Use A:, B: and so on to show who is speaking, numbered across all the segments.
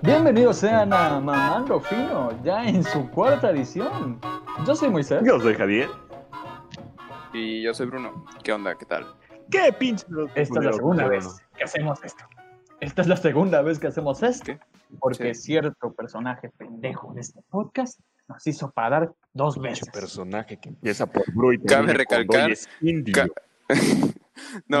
A: Bienvenidos sean a Mamando Fino, ya en su cuarta edición. Yo soy Moisés.
B: Yo soy Javier.
C: Y yo soy Bruno. ¿Qué onda? ¿Qué tal?
B: ¿Qué pinche?
A: Esta es la segunda vez que hacemos esto. Esta es la segunda vez que hacemos esto.
C: ¿Qué?
A: Porque
C: Sí.
A: cierto personaje pendejo de este podcast nos hizo parar dos veces.
D: personaje que
B: Empieza por Bru y termina
C: Cabe
B: con
C: recalcar-
B: Doyle Indio.
C: Ca- no,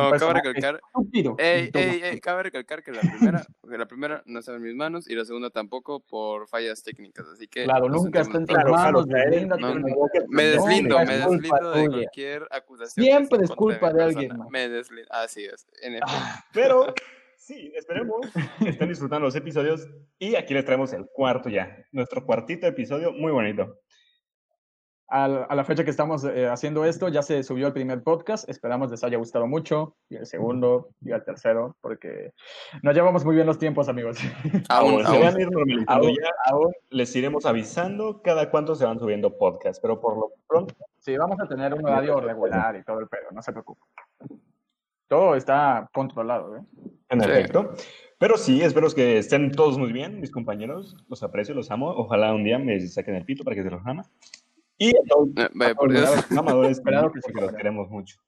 A: Un
C: acabo de
A: personaje
C: recalcar.
A: Estúpido.
C: Ey,
A: Entonces,
C: ey, ey, cabe recalcar que la primera, que la primera no está en mis manos y la segunda tampoco por fallas técnicas, así que...
A: Claro,
C: nos
A: nunca está en
C: sentimos
A: tus
B: Claro, claro,
A: manos.
B: claro.
A: deslíndate
C: No,
A: de
C: no,
A: mí.
C: Me
A: No,
C: deslindo,
A: no
C: me
A: es culpa
C: deslindo de
A: tuya.
C: cualquier acusación.
A: Siempre
C: que
A: es
C: se encuentre
A: culpa
C: mi
A: de alguien
C: persona.
A: más.
C: Me deslindo, así es. En efecto.
D: Pero sí, esperemos que estén disfrutando los episodios. Y aquí les traemos el cuarto ya. Nuestro cuartito episodio, muy bonito.
A: Al- a la fecha que estamos eh, haciendo esto, ya se subió el primer podcast. Esperamos les haya gustado mucho. Y el segundo, y el tercero, porque nos llevamos muy bien los tiempos, amigos.
C: aún,
D: Ahora, se
C: aún.
D: van a ir normalizando
A: Aún,
D: ya. Les iremos avisando cada cuánto se van subiendo podcasts. Pero por lo pronto,
A: Sí, vamos a tener un horario regular y todo el pedo, no se preocupe. Todo está controlado, ¿eh?
D: en
C: Sí.
D: efecto. Pero sí, espero que estén todos muy bien, mis compañeros. Los aprecio, los amo. Ojalá un día me saquen el pito para que se los ama. Y a todos
C: Eh,
D: a todos
C: vaya, por
D: los
C: Dios.
D: amadores,
A: Claro que sí,
D: porque los
A: claro.
D: queremos mucho.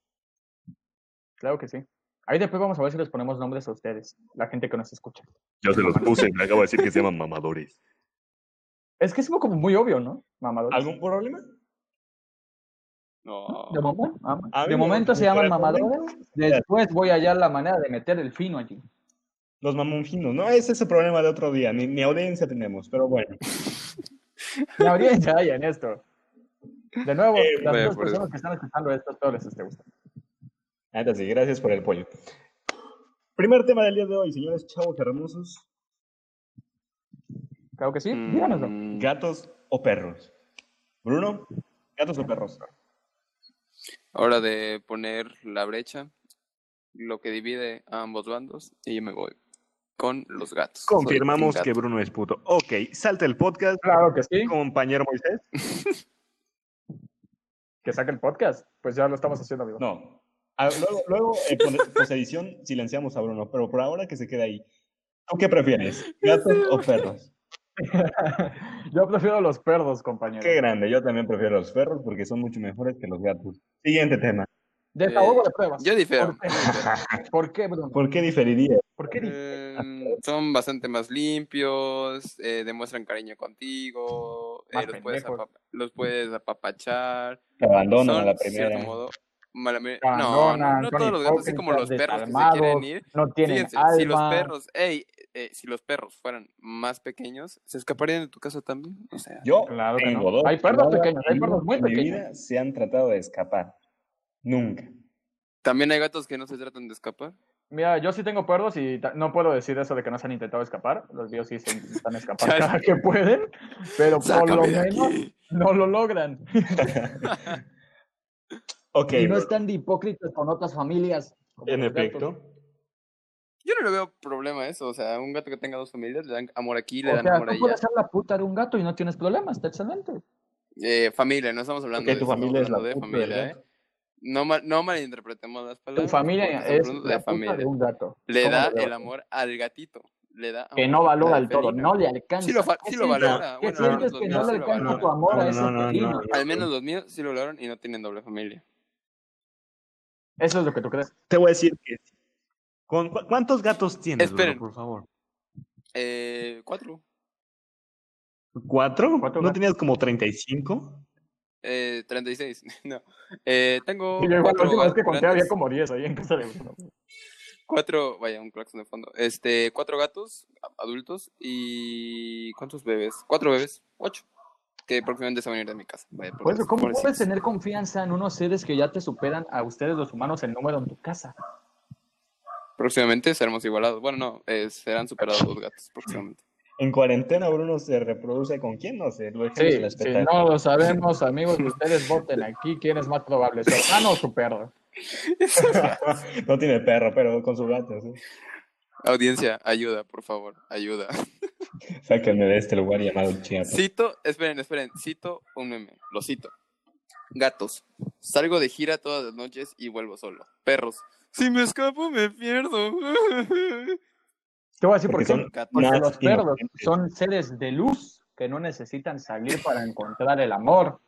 A: Claro que sí. Ahí después vamos a ver si les ponemos nombres a ustedes, la gente que nos escucha.
B: Yo se los puse, le acabo de decir que se llaman mamadores.
A: Es que es como muy obvio, ¿no? Mamadores.
D: ¿Algún problema?
C: No.
A: De, momento, ama-
D: A mí
A: de
D: me-
A: momento se
D: por
A: llaman
D: el momento,
A: mamadores. Después voy a hallar la manera de meter el fino allí.
D: Los mamonfinos, no, ese es el problema de otro día, ni, ni audiencia tenemos, pero bueno.
A: La audiencia hay en esto. De nuevo,
D: Eh,
A: las
C: vaya,
A: dos
C: por
A: personas que están escuchando esto, espero les esté gustando.
D: Neta, sí, gracias por el pollo. Primer tema del día de hoy, señores chavos hermosos,
A: Claro que sí,
C: Mm,
A: díganoslo.
D: gatos o perros. Bruno, gatos o perros.
C: Hora de poner la brecha, lo que divide a ambos bandos, y yo me voy con los gatos. Soy
B: Confirmamos
C: team
B: que
C: gato.
B: Bruno es puto. Ok, salta el podcast,
A: Claro que sí,
B: compañero Moisés.
A: que saque el podcast. Pues ya lo estamos haciendo, amigo.
D: No. A- luego, luego eh, pone- pues edición silenciamos a Bruno, pero por ahora que se quede ahí. ¿Tú qué prefieres, gatos o perros?
A: Yo prefiero los perros, compañero.
D: Qué grande, yo también prefiero los perros porque son mucho mejores que los gatos. Siguiente tema.
A: Desahogo
C: Eh,
A: de pruebas.
C: Yo difiero.
A: ¿Por qué? ¿Por qué, Bruno?
D: ¿Por qué diferiría?
A: ¿Por qué di-
C: Eh, son bastante más limpios, eh, demuestran cariño contigo, eh,
A: Más
C: los, puedes
A: pendejos.
C: apapa- los puedes apapachar.
D: Te abandono a
C: son,
D: la
C: de
D: primera.
C: cierto modo, mala- me-
A: Te
C: no, no,
A: abandonan,
C: no
A: son
C: todos los gatos, así como los
A: hipócritas,
C: perros que se quieren
A: desalmados,
C: ir.
A: No tienen
C: Fíjense,
A: alma.
C: si los perros, ey, eh, si los perros fueran más pequeños, ¿se escaparían de tu casa también? O sea,
D: Yo
A: Claro que
D: tengo
A: no.
D: dos.
A: Hay perros
D: Nada
A: pequeños, hay
D: en
A: perros muy
D: mi
A: pequeños.
D: vida se han tratado de escapar. Nunca.
C: también hay gatos que no se tratan de escapar.
A: Mira, yo sí tengo perros y ta- no puedo decir eso de que no se han intentado escapar. Los míos sí se intentan escapar
C: Ya
A: cada que pueden, pero por lo
C: Sácame de
A: menos
C: aquí.
A: no lo logran.
D: Ok,
A: y no
D: bueno,
A: están de hipócritas con otras familias. como
D: en
A: los gatos.
D: efecto.
C: Yo no le veo problema a eso. O sea, un gato que tenga dos familias le dan amor aquí, le
A: O
C: dan
A: sea,
C: amor
A: tú
C: allá.
A: puedes ser la puta de un gato y no tienes problemas, está excelente.
C: Eh, familia, no estamos hablando
D: Ok,
C: de
D: tu
C: eso, estamos
D: familia es la
C: hablando de
D: puta
C: familia,
D: del
C: ¿eh?
D: gato.
C: No, mal- no malinterpretemos las palabras.
A: Tu familia
C: porque
A: es
C: estamos hablando
A: la
C: de
A: puta de
C: familia.
A: un gato.
C: Le
A: ¿Cómo
C: da
A: lo veo?
C: el amor al gatito. Le da
A: Que
C: amor
A: no valora
C: al
A: del todo,
C: felino.
A: no le alcanza.
C: Sí lo, fa-
A: ¿Qué
C: sí lo
A: sientes?
C: valora.
A: ¿Qué
C: Bueno, al menos
A: sientes
C: los
A: que
C: míos
A: no
C: sí
A: le
C: lo
A: alcanza
C: valoran.
A: tu amor
D: No,
A: a ese
D: no, no,
A: felino?
D: no.
C: Al menos los míos sí lo lograron y no tienen doble familia.
A: Eso es lo que tú crees.
D: Te voy a decir que sí.
B: ¿Con cu- ¿Cuántos gatos tienes, Bruno,
C: Esperen.
B: por favor?
C: Eh, cuatro.
D: ¿Cuatro?
A: ¿Cuatro
D: ¿No
A: gatos?
D: tenías como 35?
C: Eh, 36. No. Eh, tengo.
A: Y yo igual la
C: cuatro
A: última vez que
C: gatos
A: conté había
C: grandes,
A: como 10 ahí en casa de uno.
C: Cuatro. Vaya, un claxon de fondo. Este, cuatro gatos a- adultos y. ¿Cuántos bebés? Cuatro bebés. Ocho. Que próximamente se van a ir de mi casa. Vaya, por
A: Por eso,
C: Dios,
A: Pues, ¿cómo
C: pobrecitos.
A: puedes tener confianza en unos seres que ya te superan a ustedes los humanos en número en tu casa?
C: Próximamente seremos igualados. Bueno, no. eh, serán superados los gatos próximamente.
D: En cuarentena Bruno se reproduce con quién, no sé. Lo dejamos en la expectativa.
A: no lo sabemos, amigos, ustedes voten aquí quién es más probable, su hermano o su perro.
D: no. tiene perro, pero con su gato. ¿sí?
C: Audiencia, ayuda, por favor. Ayuda.
D: Sáquenme de este lugar llamado Chiapas.
C: Cito, esperen, esperen, cito un meme, lo cito. Gatos, salgo de gira todas las noches y vuelvo solo. Perros, si me escapo me pierdo.
A: Te voy a decir por
D: Porque
A: qué.
D: son
A: Porque
D: más
A: los perros
D: inocentes.
A: son seres de luz que no necesitan salir para encontrar el amor.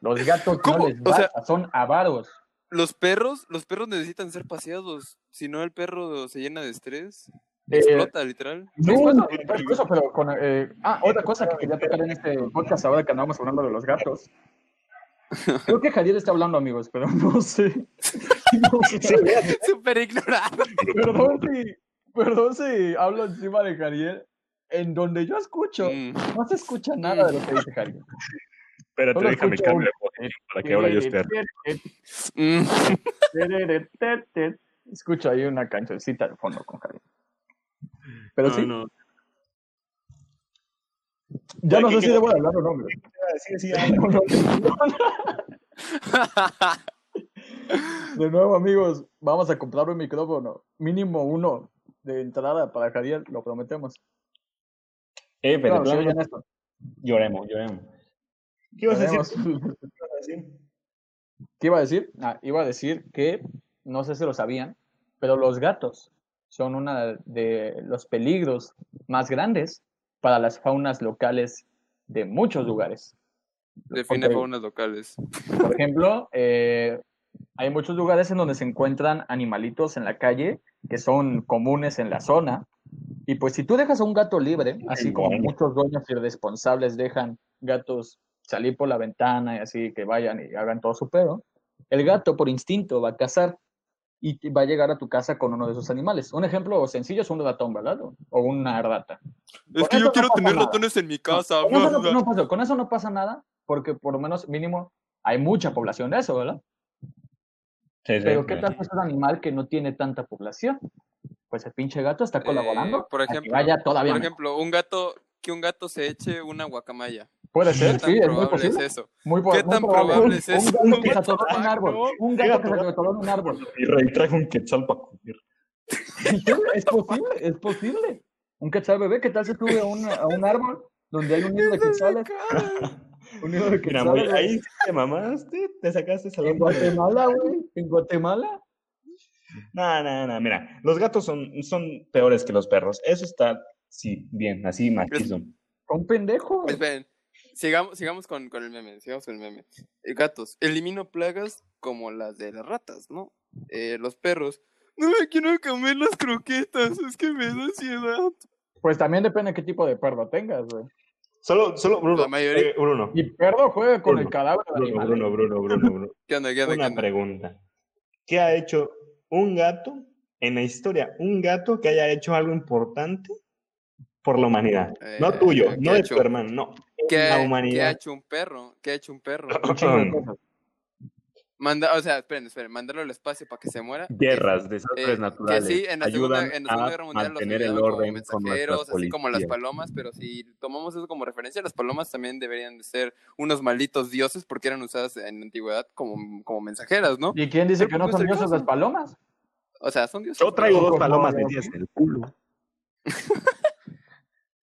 A: Los gatos
C: ¿Cómo?
A: no les
C: O sea-
A: basta, son avaros.
C: Los perros, los perros necesitan ser paseados. Si no, el perro se llena de estrés.
A: Eh,
C: Explota, literal.
A: No, no, incluso, pero con, eh, ah, otra cosa que quería tocar en este podcast ahora que andamos hablando de los gatos. Creo que Javier está hablando, amigos, pero no sé. No sé.
C: Súper ignorado.
A: Perdón si, perdón si hablo encima de Javier. En donde yo escucho,
C: Mm.
A: no se escucha nada de lo que dice Javier.
B: Espérate,
A: Solo
B: déjame
A: escucho eh,
B: cambiar la voz para que ahora yo esté.
C: Mm.
A: Escucho ahí una canchoncita de fondo con Javier. Pero sí,
B: No, no.
A: ya no
D: ¿Qué-
A: sé
D: qué-
A: si debo de hablar o no, güey.
D: Sí, sí, habla.
A: No, no, no. De nuevo, amigos, vamos a comprar un micrófono. Mínimo uno de entrada para Javier, lo prometemos.
D: Eh, pero
A: Claro, se
D: claro,
A: oyen esto.
D: lloremos, lloremos. ¿Qué ibas a decir?
A: Lloremos.
D: ¿Qué ibas a decir?
A: ¿Qué iba a decir? Ah, iba a decir que, no sé si lo sabían, pero los gatos son uno de los peligros más grandes para las faunas locales de muchos lugares.
C: Define
A: Ok.
C: faunas locales.
A: Por ejemplo, eh, hay muchos lugares en donde se encuentran animalitos en la calle que son comunes en la zona. Y pues si tú dejas a un gato libre, así como
D: Igual.
A: muchos dueños irresponsables dejan gatos salir por la ventana y así que vayan y hagan todo su pedo, el gato por instinto va a cazar y te- va a llegar a tu casa con uno de esos animales. Un ejemplo sencillo es un ratón, ¿verdad? O una rata.
C: Es
A: Con eso
C: que yo
A: no
C: quiero
A: pasa
C: tener
A: nada.
C: ratones en mi
A: No,
C: casa.
A: con, eso Ah, no, no pasa, con eso no pasa nada, porque por lo menos mínimo hay mucha población de eso, ¿verdad?
D: Sí, sí,
A: Pero ¿qué
D: sí.
A: tal si es un animal que no tiene tanta población? Pues el pinche gato está colaborando.
C: Eh, por
A: a que
C: ejemplo,
A: vaya todavía.
C: Por
A: mejor.
C: ejemplo, un gato, que un gato se eche una guacamaya.
A: Puede
C: ¿Qué
A: ser,
C: tan
A: sí, es muy
C: probable es
A: posible.
C: eso?
A: muy po-
C: ¿Qué
A: muy
C: tan probable es eso?
A: Un gato que se
C: What
A: atoró en
C: the
A: un
C: fuck,
A: árbol.
C: no?
A: Un gato que se atoró en un árbol.
D: Y Rey trajo un quetzal para comer.
A: Es posible, es posible. Un quetzal bebé, ¿qué tal se sube a un, a un árbol donde hay un nido de quetzales? Un nido de
D: Mira,
A: quetzales.
D: Moy,
A: güey.
D: ahí sí te mamaste, te sacaste
A: En
D: salvando.
A: Guatemala, güey. En Guatemala.
D: No, no, no, mira, los gatos son, son peores que los perros. Eso está, sí, bien, así machismo.
A: Un pendejo. güey.
C: Esperen, Pues sigamos, sigamos con, con el meme, sigamos con el meme. Eh, Gatos, elimino plagas como las de las ratas, ¿no? Eh, los perros, no me quiero comer las croquetas, es que me da ansiedad.
A: Pues también depende de qué tipo de perro tengas, güey.
D: Solo, solo Bruno.
C: La mayoría-
D: eh, Bruno.
A: Y perro juega con el
D: Bruno,
A: cadáver del
D: Bruno,
A: animal.
D: Bruno, Bruno, Bruno, Bruno.
C: ¿Qué onda, qué onda, qué
D: Una
C: onda?
D: pregunta. ¿Qué ha hecho un gato en la historia? Un gato que haya hecho algo importante por la humanidad. No
C: Eh,
D: tuyo,
C: ¿qué
D: no
C: ha
D: de
C: hecho?
D: tu hermano, no.
C: ¿Qué,
D: la
C: ha- ¿Qué ha
D: humanidad.
C: hecho un perro? ¿Qué ha hecho un perro?
A: Un chingo de cosas.
C: Manda, o sea, esperen, esperen, mandarlo al espacio para que se muera.
E: Guerras, desastres
C: Eh,
E: naturales.
C: Que sí, en la Segunda,
E: ayudan
C: en la Segunda
E: a
C: Guerra Mundial los
E: mantener el
C: enviaban como
E: orden con
C: mensajeros,
E: nuestras
C: así como las
E: policías.
C: palomas, pero si tomamos eso como referencia, las palomas también deberían de ser unos malditos dioses porque eran usadas en la antigüedad como, como mensajeras, ¿no?
A: ¿Y quién dice
C: Pero
A: que no
C: pues
A: son
C: el
A: dioses
C: caso.
A: las palomas?
C: O sea, son dioses.
E: Yo traigo
A: Por
E: dos
A: favor,
E: palomas
A: Dios.
E: metidas en el culo.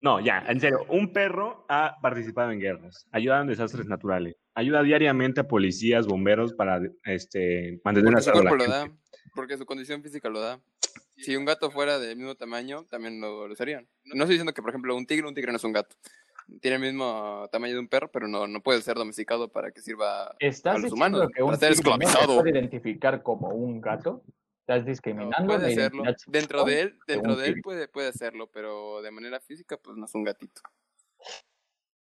B: No, ya, en serio, un perro ha participado en guerras, ayudado en desastres naturales, ayuda diariamente a policías, bomberos para este, mantener
C: Porque
B: a
C: su
B: salvo a la
C: cuerpo lo
B: gente.
C: da, porque su condición física lo da. Si un gato fuera del mismo tamaño, también lo, lo serían. No estoy diciendo que, por ejemplo, un tigre, un tigre no es un gato. Tiene el mismo tamaño de un perro, pero no, no puede ser domesticado para que sirva
A: ¿Estás
C: a los
A: diciendo
C: humanos,
A: que un
C: para ser
A: tigre no se
C: esclavizado.
A: puede identificar como un gato? ¿Estás
C: No,
A: discriminando? la
C: puede hacerlo.
A: identidad sexual?
C: Dentro de él, dentro
A: según
C: de él
A: Phil.
C: puede, puede hacerlo, pero de manera física, pues no es un gatito.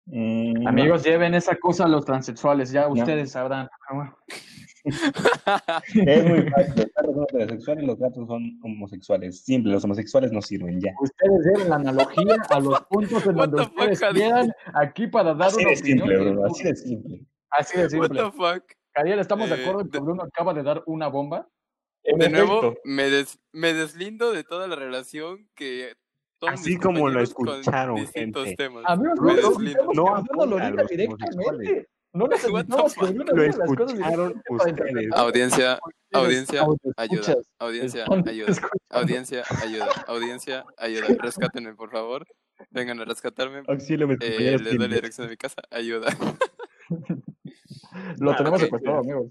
D: Mm,
A: Amigos, lleven esa cosa a los transexuales, ya ustedes sabrán.
D: no, es muy fácil. Los perros son heterosexuales y los gatos son homosexuales. Simple, los homosexuales no sirven ya.
A: Ustedes lleven la analogía a los puntos en
C: What
A: donde
C: the fuck,
A: ustedes
C: Javier?
A: quieran aquí para dar
D: Así
A: una
D: de
A: opinión.
D: simple,
A: del
D: Bruno,
A: público.
D: así de simple.
A: Así de
C: What
A: simple.
C: the fuck?
A: Javier, ¿estamos de
C: Eh,
A: acuerdo en que Bruno acaba de dar una bomba?
D: En
C: De nuevo,
D: efecto,
C: me, des- me deslindo de toda la relación que todos
B: Así
C: mis
B: como lo
C: compañeros con
B: escucharon,
C: distintos
B: gente.
C: temas.
A: Amigos,
C: me
A: no, no,
C: deslindo.
A: estamos
B: No
A: hablándolo
B: apoya a
A: ahorita
B: los
A: directamente.
B: homosexuales.
A: No necesitamos que
C: fuck?
A: Bruno
B: Lo
A: diga las cosas
B: escucharon
A: directamente para
B: ustedes.
A: interpretar.
C: Audiencia, audiencia, ayuda.
A: Escuchas,
C: Audiencia,
A: están
C: ayuda.
A: escuchando.
C: Audiencia, ayuda. Audiencia, ayuda. Rescátenme, por favor. Vengan a rescatarme.
B: Auxilio, mis
C: Eh,
B: compañeros
C: les doy la
B: Tinder.
C: dirección de mi casa. Ayuda.
A: Lo
B: Ah,
A: tenemos
C: ok.
A: secuestrado, amigos.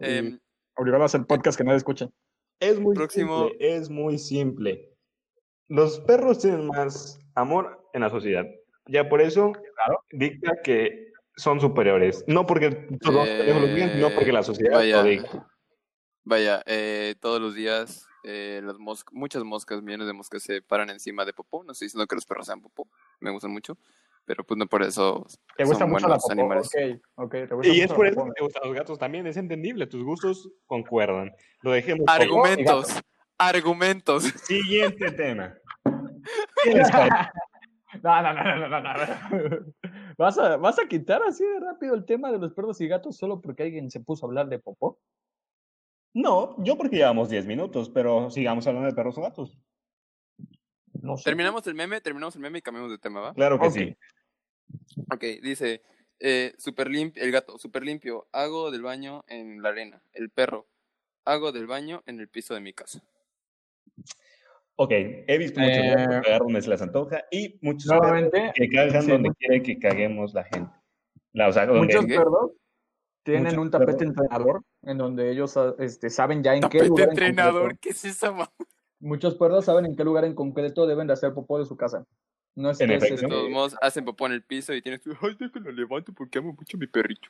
A: Y
C: Em,
A: obligado a hacer podcast que nadie escuche.
D: es muy
C: próximo-
D: simple, es muy simple. Los perros tienen más amor en la sociedad. Ya por eso dicta que son superiores. No porque todos los pendejos lo digan, no porque la sociedad
C: vaya.
D: lo dicta.
C: Vaya, eh, todos los días eh, las mos- muchas moscas, millones de moscas se paran encima de Popó. No estoy diciendo que los perros sean Popó, me gustan mucho, pero pues no por eso
A: Te gusta
C: son
A: mucho la
C: buenos
A: popó.
C: animales.
A: Ok, ok, te gusta
D: Y
A: mucho
D: es
A: la
D: por eso
A: popó.
D: que te gustan los gatos también, es entendible, tus gustos concuerdan. Lo dejemos por-
C: Argumentos, argumentos.
B: Siguiente tema.
D: ¿Qué les parece?
A: No, no, no, no, no, no, no. ¿Vas a, ¿Vas a quitar así de rápido el tema de los perros y gatos solo porque alguien se puso a hablar de popó?
D: No, yo porque llevamos 10 minutos, pero sigamos hablando de perros o gatos.
A: No sé.
C: Terminamos el meme, terminamos el meme y cambiamos de tema, ¿va?
D: Claro que
A: Ok.
D: sí.
C: Ok, dice, eh, super limpio, el gato, super limpio, hago del baño en la arena. El perro, hago del baño en el piso de mi casa.
D: Ok, he visto muchos
A: Eh,
D: gatos cagar donde se les antoja y muchos gatos
A: Nuevamente,
D: que cagan
A: sí,
D: donde
A: mu-
D: quiere que caguemos la gente. La, o sea, donde-
A: muchos
C: ¿Qué?
A: perros tienen
D: Muchos
A: un tapete
D: perros.
A: entrenador en donde ellos ah, este, saben ya en qué
C: Tapete
A: lugar en concreto.
C: entrenador, ¿qué es esa ma-
A: Muchos perros saben en qué lugar en concreto deben de hacer popó de su casa. No estés,
D: efecto.
C: De todos
A: este,
C: modos, hacen popó en el piso y tienes que, ay, déjalo levanto porque amo mucho a mi perrito.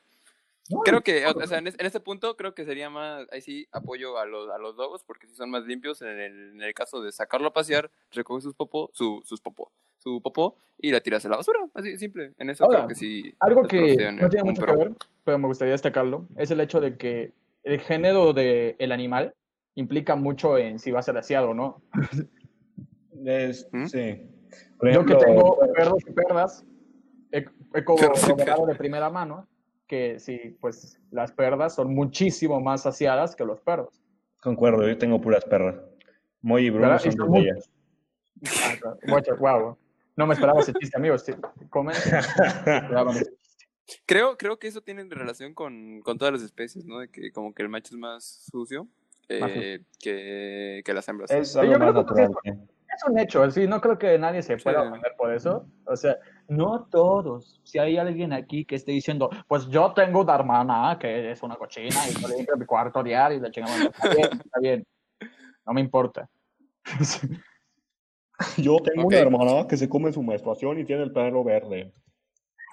A: no,
C: Creo que, o o sea, en, es- en este punto creo que sería más, ahí sí apoyo a los, a los dogos porque sí son más limpios en el, en el caso de sacarlo a pasear, recoge sus popó, su, sus popó, su popó y la tiras a la basura, así de simple. En eso
A: Ahora,
C: creo que sí.
A: Algo
C: los perros
A: que
C: tienen,
A: no
C: eh,
A: tiene
C: un
A: mucho que
C: pro.
A: ver, pero me gustaría destacarlo, es el hecho de que el género del animal implica mucho en si va a ser aseado o no.
D: Es-
C: ¿Mm?
D: Sí. Por
A: Yo que
D: ejemplo, pues,
A: tengo perros y perras, he, he
C: Perros y
A: corroborado de primera mano que sí, pues las perras son muchísimo más saciadas que los perros.
D: concuerdo, yo tengo puras perras. Moy y Bruno
A: ¿Verdad? Y
D: son
A: son
D: dos de ellas.
A: Ah, claro. Muchas, wow. No me esperaba ese chiste, amigos. Sí, comenten, no me esperaba ese chiste.
C: Creo, creo que eso tiene relación con, con todas las especies, ¿no? De que como que el macho es más sucio
A: Más
C: eh, que, que las hembras.
D: es
A: Yo
D: algo más
A: creo que
D: natural.
A: Es un hecho, sí, no creo que nadie se pueda
C: Sí.
A: ofender por eso. O sea, no todos. Si hay alguien aquí que esté diciendo, pues yo tengo una hermana que es una cochina y yo le limpio mi cuarto diario y la chingada. Está bien, está bien. No me importa.
D: que- Yo tengo
C: Ok.
D: hermana que se come su menstruación y tiene el pelo verde.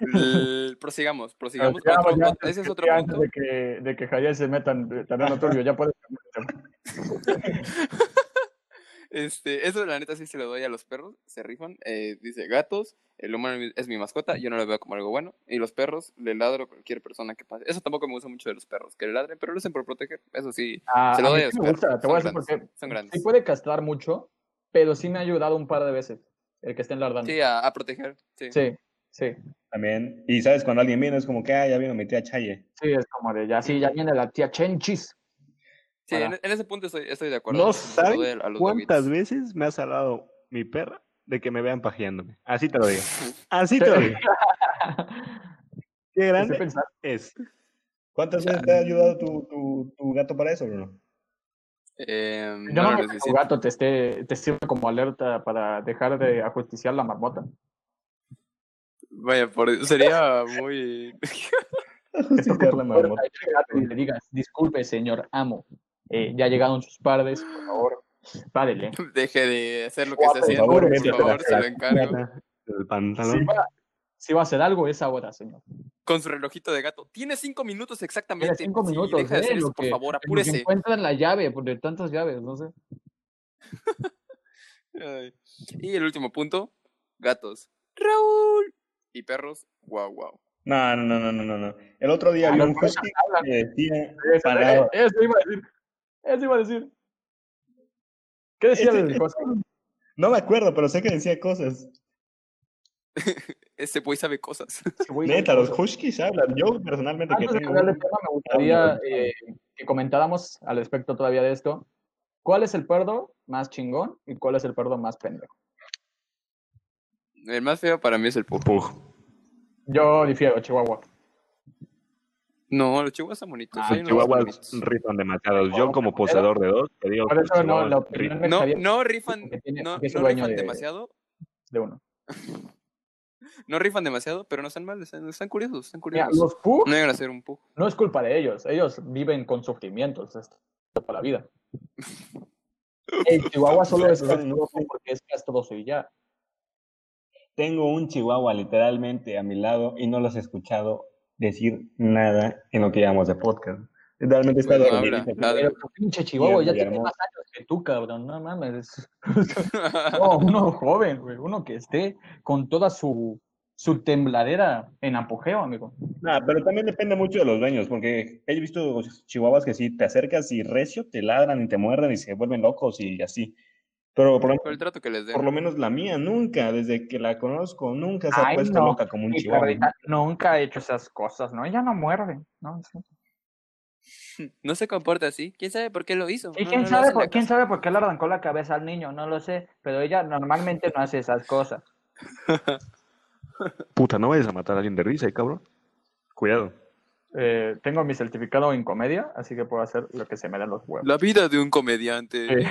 C: L- prosigamos, prosigamos.
A: Ya,
C: Otro-
A: ya
C: ot-
A: antes,
C: ese es
A: que-
C: otro
A: ya
C: punto.
A: antes de que, de que Javier se metan eh, también lo tuyo, ya puedes.
C: Este, eso la neta sí se lo doy a los perros, se rifan. Eh, dice gatos, el humano es mi- es mi mascota, yo no lo veo como algo bueno. Y los perros, le ladro a cualquier persona que pase. Eso tampoco me gusta mucho de los perros, que le ladren, pero lo hacen por proteger. Eso sí,
A: A,
C: se lo
A: a mí
C: doy a
A: sí
C: los
A: me
C: perros.
A: gusta, te voy a decir
C: Son
A: por
C: grandes,
A: qué.
C: son
A: Sí
C: grandes.
A: puede castrar mucho, pero sí me ha ayudado un par de veces el que estén lardando.
C: Sí, a, a proteger. Sí.
A: Sí, sí.
D: También. Y sabes, cuando alguien viene es como que, ah, ya vino mi tía Chaye.
A: Sí, es como de ya, sí, ya viene la tía Chenchis.
C: Sí,
A: Para-
C: en, e, en ese punto estoy, estoy de acuerdo.
D: No
C: Ese punto se lo doy
D: sabes
C: a, a los
D: cuántas
C: doguitos.
D: veces me ha salado mi perra de que me vean pajeándome. Así te lo digo. Así te lo digo. Qué
A: Estoy
D: grande
A: pensando,
D: es. ¿Cuántas veces te ha ayudado tu, tu, tu gato para eso, Bruno?
C: Eh,
A: yo
C: no
A: no
C: lo
A: creo que tu
C: necesito.
A: gato te esté, te sirva como alerta para dejar de ajusticiar la marmota.
C: Vaya, por- sería muy.
A: Que toque
D: Justiciar
A: tu puerta
D: la marmota.
A: y el gato y le digas, disculpe, señor amo, eh, ya llegaron sus padres, por favor, párele.
C: Deje de hacer lo que está
A: Guapo,
D: Por
C: haciendo,
D: favor,
C: por
D: vete a la
C: favor, se lo encargo.
D: chingada del
A: Si
D: pantalón.
A: va, si va a hacer algo, es ahora, señor.
C: con su relojito de gato. Tiene cinco minutos
A: Tiene
C: exactamente.
A: cinco
C: Si
A: minutos,
C: Este, deja de
A: ¿eh?
C: hacer
A: En
C: eso,
A: lo
C: por
A: que,
C: favor,
A: en lo que
C: apúrese.
A: encuentran la llave, de tantas llaves, no sé.
C: Ay. Y el último punto, gatos. Raúl. Y perros, guau, guau.
D: No, no, no, no, no, no, no. El otro día
A: Ah,
D: vi
A: los
D: un
A: perros
D: husky
A: hablan.
D: que decía
A: Eso, eh,
D: palabras.
A: eso iba a decir, eso iba a decir. ¿Qué decía
C: Este,
D: Ese-
A: el José?
D: no me acuerdo, pero sé que decía cosas.
C: Ese güey sabe cosas.
A: Ese güey sabe
D: Neta, los
A: cosas.
D: huskies hablan. Yo personalmente que
A: Antes de
D: tengo
A: cambiar de
D: un...
A: tema, me gustaría
D: hablan.
A: eh, que comentáramos al respecto todavía de esto. ¿Cuál es el perro más chingón y cuál es el perro más pendejo?
C: El más feo para mí es el pug.
A: Yo difiero, Chihuahua.
C: No, los chihuahuas están bonitos. ¿eh?
A: Ah,
C: Hay
B: Los
C: unos que están
B: chihuahuas
C: bonitos.
B: rifan demasiados. Yo, como poseedor de dos, te digo
A: Por
B: que los
A: eso no,
B: chihuahuas
A: la opinión
B: rifan.
A: de
C: No,
A: Javier
C: no rifan,
A: porque tiene,
C: no,
A: porque es
C: no
A: dueño
C: rifan
A: de,
C: demasiado.
A: de uno.
C: No rifan demasiado, pero no están mal. Están, están curiosos, están
A: Mira,
C: curiosos.
A: los Pug
C: No llegan a ser un pug.
A: no es culpa de ellos. Ellos viven con sufrimientos esto, toda la vida. El chihuahua solo es castroso porque es castroso y ya.
D: Tengo un chihuahua literalmente a mi lado y no los he escuchado decir nada en lo que llamamos de podcast. Literalmente está
C: Pues no
D: dormidito.
C: habla.
A: Pero tu pinche chihuahua ya
D: Guillermo,
A: tiene
D: Guillermo.
A: más años que tú, cabrón. No mames. No, uno joven, güey. Uno que esté con toda su, su tembladera en apogeo, amigo.
D: Nah, pero también depende mucho de los dueños, porque he visto chihuahuas que si te acercas y recio, te ladran y te muerden y se vuelven locos y así. Pero por, lo-
C: Por el trato que les den.
D: por lo menos la mía, nunca, desde que la conozco, nunca se
A: Ay,
D: ha puesto
A: no.
D: loca como un
A: Mi
D: chihuahua.
A: perrita nunca ha hecho esas cosas, ¿no? Ella no muerde, ¿no? Sí.
C: No se comporta así. ¿Quién sabe por qué lo hizo?
A: ¿Y
C: No,
A: quién,
C: no, no
A: sabe
C: hacen
A: por,
C: la
A: quién
C: casa.
A: sabe por qué le arrancó la cabeza al niño? No lo sé, pero ella normalmente no hace esas cosas.
B: Puta, no vayas a matar a alguien de risa, ¿eh, cabrón. Cuidado.
A: Eh, tengo mi certificado en comedia, así que puedo hacer lo que se me den los huevos.
C: La vida de un comediante.
A: Eh,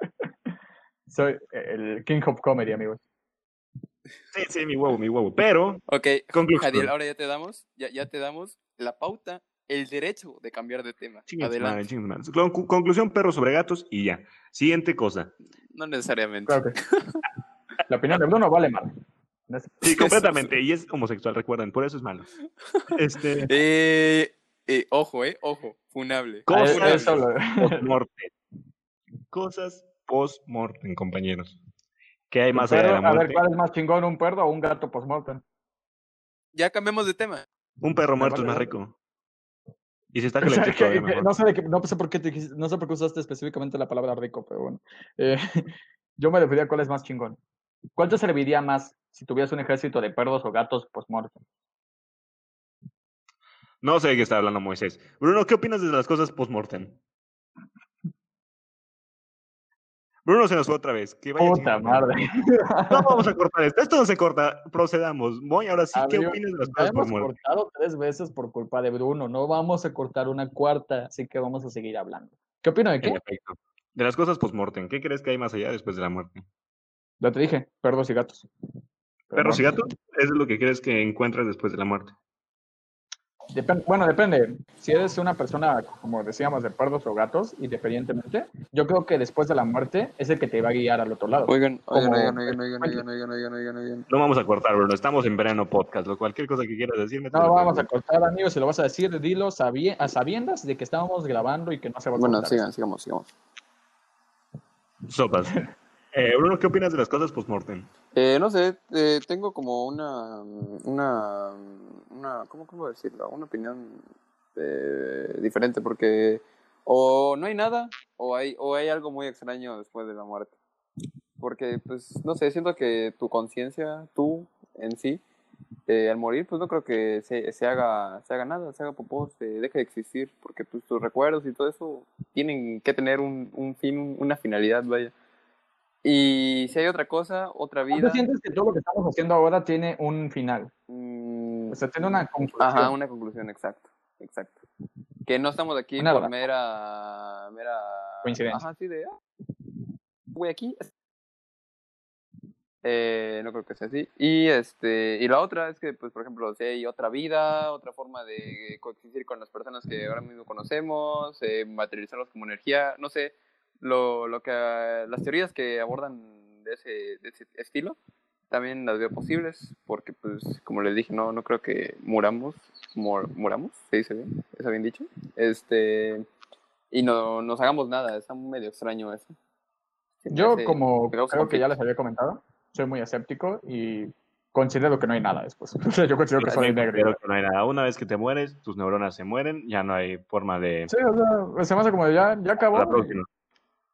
A: Soy el King of Comedy, amigos.
B: Sí, sí, mi huevo, mi huevo. Pero,
C: ok,
B: conclusión.
C: Jadiel, ahora ya te damos, ya, ya te damos la pauta, el derecho de cambiar de tema.
B: Chinga tu
C: Adelante.
B: madre, chinga tu madre. Con- Conclusión, perros sobre gatos y ya. Siguiente cosa.
C: No necesariamente.
A: Claro que sí. La opinión de Bruno vale mal.
B: Sí, completamente. Y es homosexual, recuerden, por eso es malo. Este,
C: Eh, eh, ojo, eh, ojo, funable.
A: A
B: cosas
A: él- a él solo.
B: post-mortem. Cosas post-mortem, compañeros. ¿Qué hay más allá de
A: Pero,
B: la
A: a ver,
B: muerte?
A: ¿cuál es más chingón, un perro o un gato postmortem?
C: Ya cambiemos de tema.
B: Un perro muerto es
A: vale
B: más
A: verga.
B: rico. Y si está
A: O sea,
B: calentito,
A: que-
B: todavía
A: que-
B: mejor.
A: no, sé de qué- no sé por qué te dijiste- no sé por qué usaste específicamente la palabra rico, pero bueno. Eh, yo me refería a cuál es más chingón. ¿Cuál te serviría más si tuvieras un ejército de perros o gatos postmortem?
B: No sé de qué está hablando Moisés. Bruno, ¿qué opinas de las cosas post-mortem? Bruno se nos fue otra vez. Que vaya
A: Puta
B: chingada
A: madre.
B: No vamos a cortar esto. Esto no se corta. Procedamos. Voy, ahora sí. ¿Qué
A: Amigo,
B: opinas de las
A: Ya
B: cosas
A: hemos
B: post-mortem?
A: cortado tres veces por culpa de Bruno. No vamos a cortar una cuarta, así que vamos a seguir hablando. ¿Qué opino de qué?
B: En efecto. De las cosas post-mortem. ¿Qué crees que hay más allá después de la muerte?
A: Ya te dije, perros y gatos. Pero
B: ¿Perros y
A: bueno,
B: gatos? ¿Eso es lo que crees que encuentras después de la muerte?
A: depen- bueno, depende. Si eres una persona, como decíamos, de perros o gatos, independientemente, yo creo que después de la muerte es el que te va a guiar al otro lado.
C: Oigan, oigan,
A: Como-
C: oigan, oigan, oigan, oigan, oigan, oigan, oigan, oigan.
B: No vamos a cortar, Bruno. Estamos en verano podcast. Lo cualquier cosa que quieras decirme. te
A: No
B: lo
A: Pues vamos a
B: digo.
A: cortar, amigos, si lo vas a decir, dilo sabie- a sabiendas de que estábamos grabando y que no se va a
C: Bueno,
A: cortar.
C: sigan, sigamos, sigamos.
B: Sopas. Eh, Bruno, ¿qué opinas de las cosas post-mortem?
C: Eh, no sé, eh, tengo como una, una, una, ¿cómo, cómo decirlo? Una opinión eh, diferente porque o no hay nada o hay, o hay algo muy extraño después de la muerte. Porque, pues, no sé, siento que tu conciencia, tú en sí, eh, al morir, pues no creo que se, se haga, se haga nada, se haga popó, se deje de existir, porque pues, tus recuerdos y todo eso tienen que tener un, un fin, un- una finalidad, vaya. Y si hay otra cosa, otra
A: ¿No
C: vida...
A: te sientes que todo lo que estamos haciendo ahora tiene un final?
C: Mm,
A: O sea, tiene una conclusión.
C: Ajá, una conclusión, exacto, exacto. Que no estamos aquí
A: Una
C: por
A: razón.
C: mera, mera...
A: Coincidencia.
C: Ajá, sí, de... "Ah, Voy aquí. Eh, no creo que sea así. Y, este, y la otra es que, pues, por ejemplo, si hay otra vida, otra forma de coexistir con las personas que ahora mismo conocemos, eh, materializarlos como energía, no sé, lo, lo que, las teorías que abordan de ese, de ese estilo también las veo posibles, porque pues como les dije, no, no creo que muramos, mor- muramos, se dice bien, está bien dicho, este, y no nos hagamos nada, está medio extraño eso. Se me
A: Yo,
C: hace-
A: como
C: me causa
A: creo que
C: conflicto.
A: ya les había comentado, soy muy escéptico y considero que no hay nada después. O sea, yo considero que soy
B: También
A: negro.
B: considero que no hay nada. Una vez que te mueres, tus neuronas se mueren. Ya no hay forma de...
A: Sí, o sea, se me hace como de ya, ya acabó.
B: La próxima.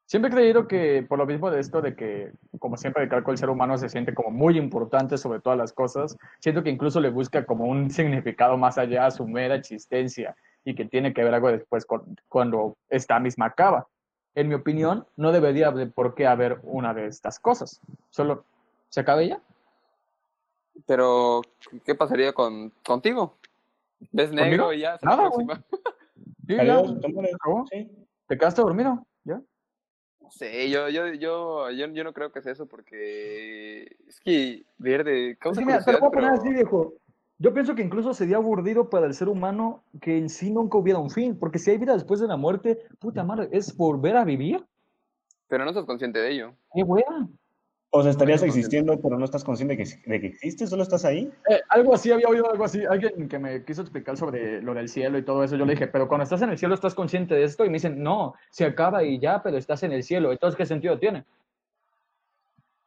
A: Siempre he creído que, por lo mismo de esto, de que, como siempre recalco, el ser humano se siente como muy importante sobre todas las cosas, siento que incluso le busca como un significado más allá a su mera existencia y que tiene que ver algo después con, cuando esta misma acaba. En mi opinión, no debería de por qué haber una de estas cosas. Solo, ¿se acaba ya?
C: Pero, ¿qué pasaría con, contigo? ¿Ves negro
A: ¿Conmigo?
C: y ya?
A: Nada, güey.
C: próxima?
A: Sí, ya,
D: Adiós,
A: se
D: tómale.
A: acabó.
D: Sí.
A: ¿Te quedaste dormido? ¿Ya?
C: Sí, yo, yo, yo, yo, yo no creo que sea eso porque es que pierde,
A: Es
C: causa
A: que mira, te lo voy a poner
C: curiosidad,
A: así,
C: pero-
A: viejo. Yo pienso que incluso sería aburrido para el ser humano que en sí nunca hubiera un fin, porque si hay vida después de la muerte, puta madre, es volver a vivir.
C: Pero no estás consciente de ello.
A: ¡Qué hueva!
D: O sea, estarías existiendo, pero no estás consciente de que, de que existes, solo estás ahí.
A: Eh, algo así, había oído algo así. Alguien que me quiso explicar sobre lo del cielo y todo eso, yo le dije, pero cuando estás en el cielo, ¿estás consciente de esto? Y me dicen, no, se acaba y ya, pero estás en el cielo. Entonces, ¿qué sentido tiene?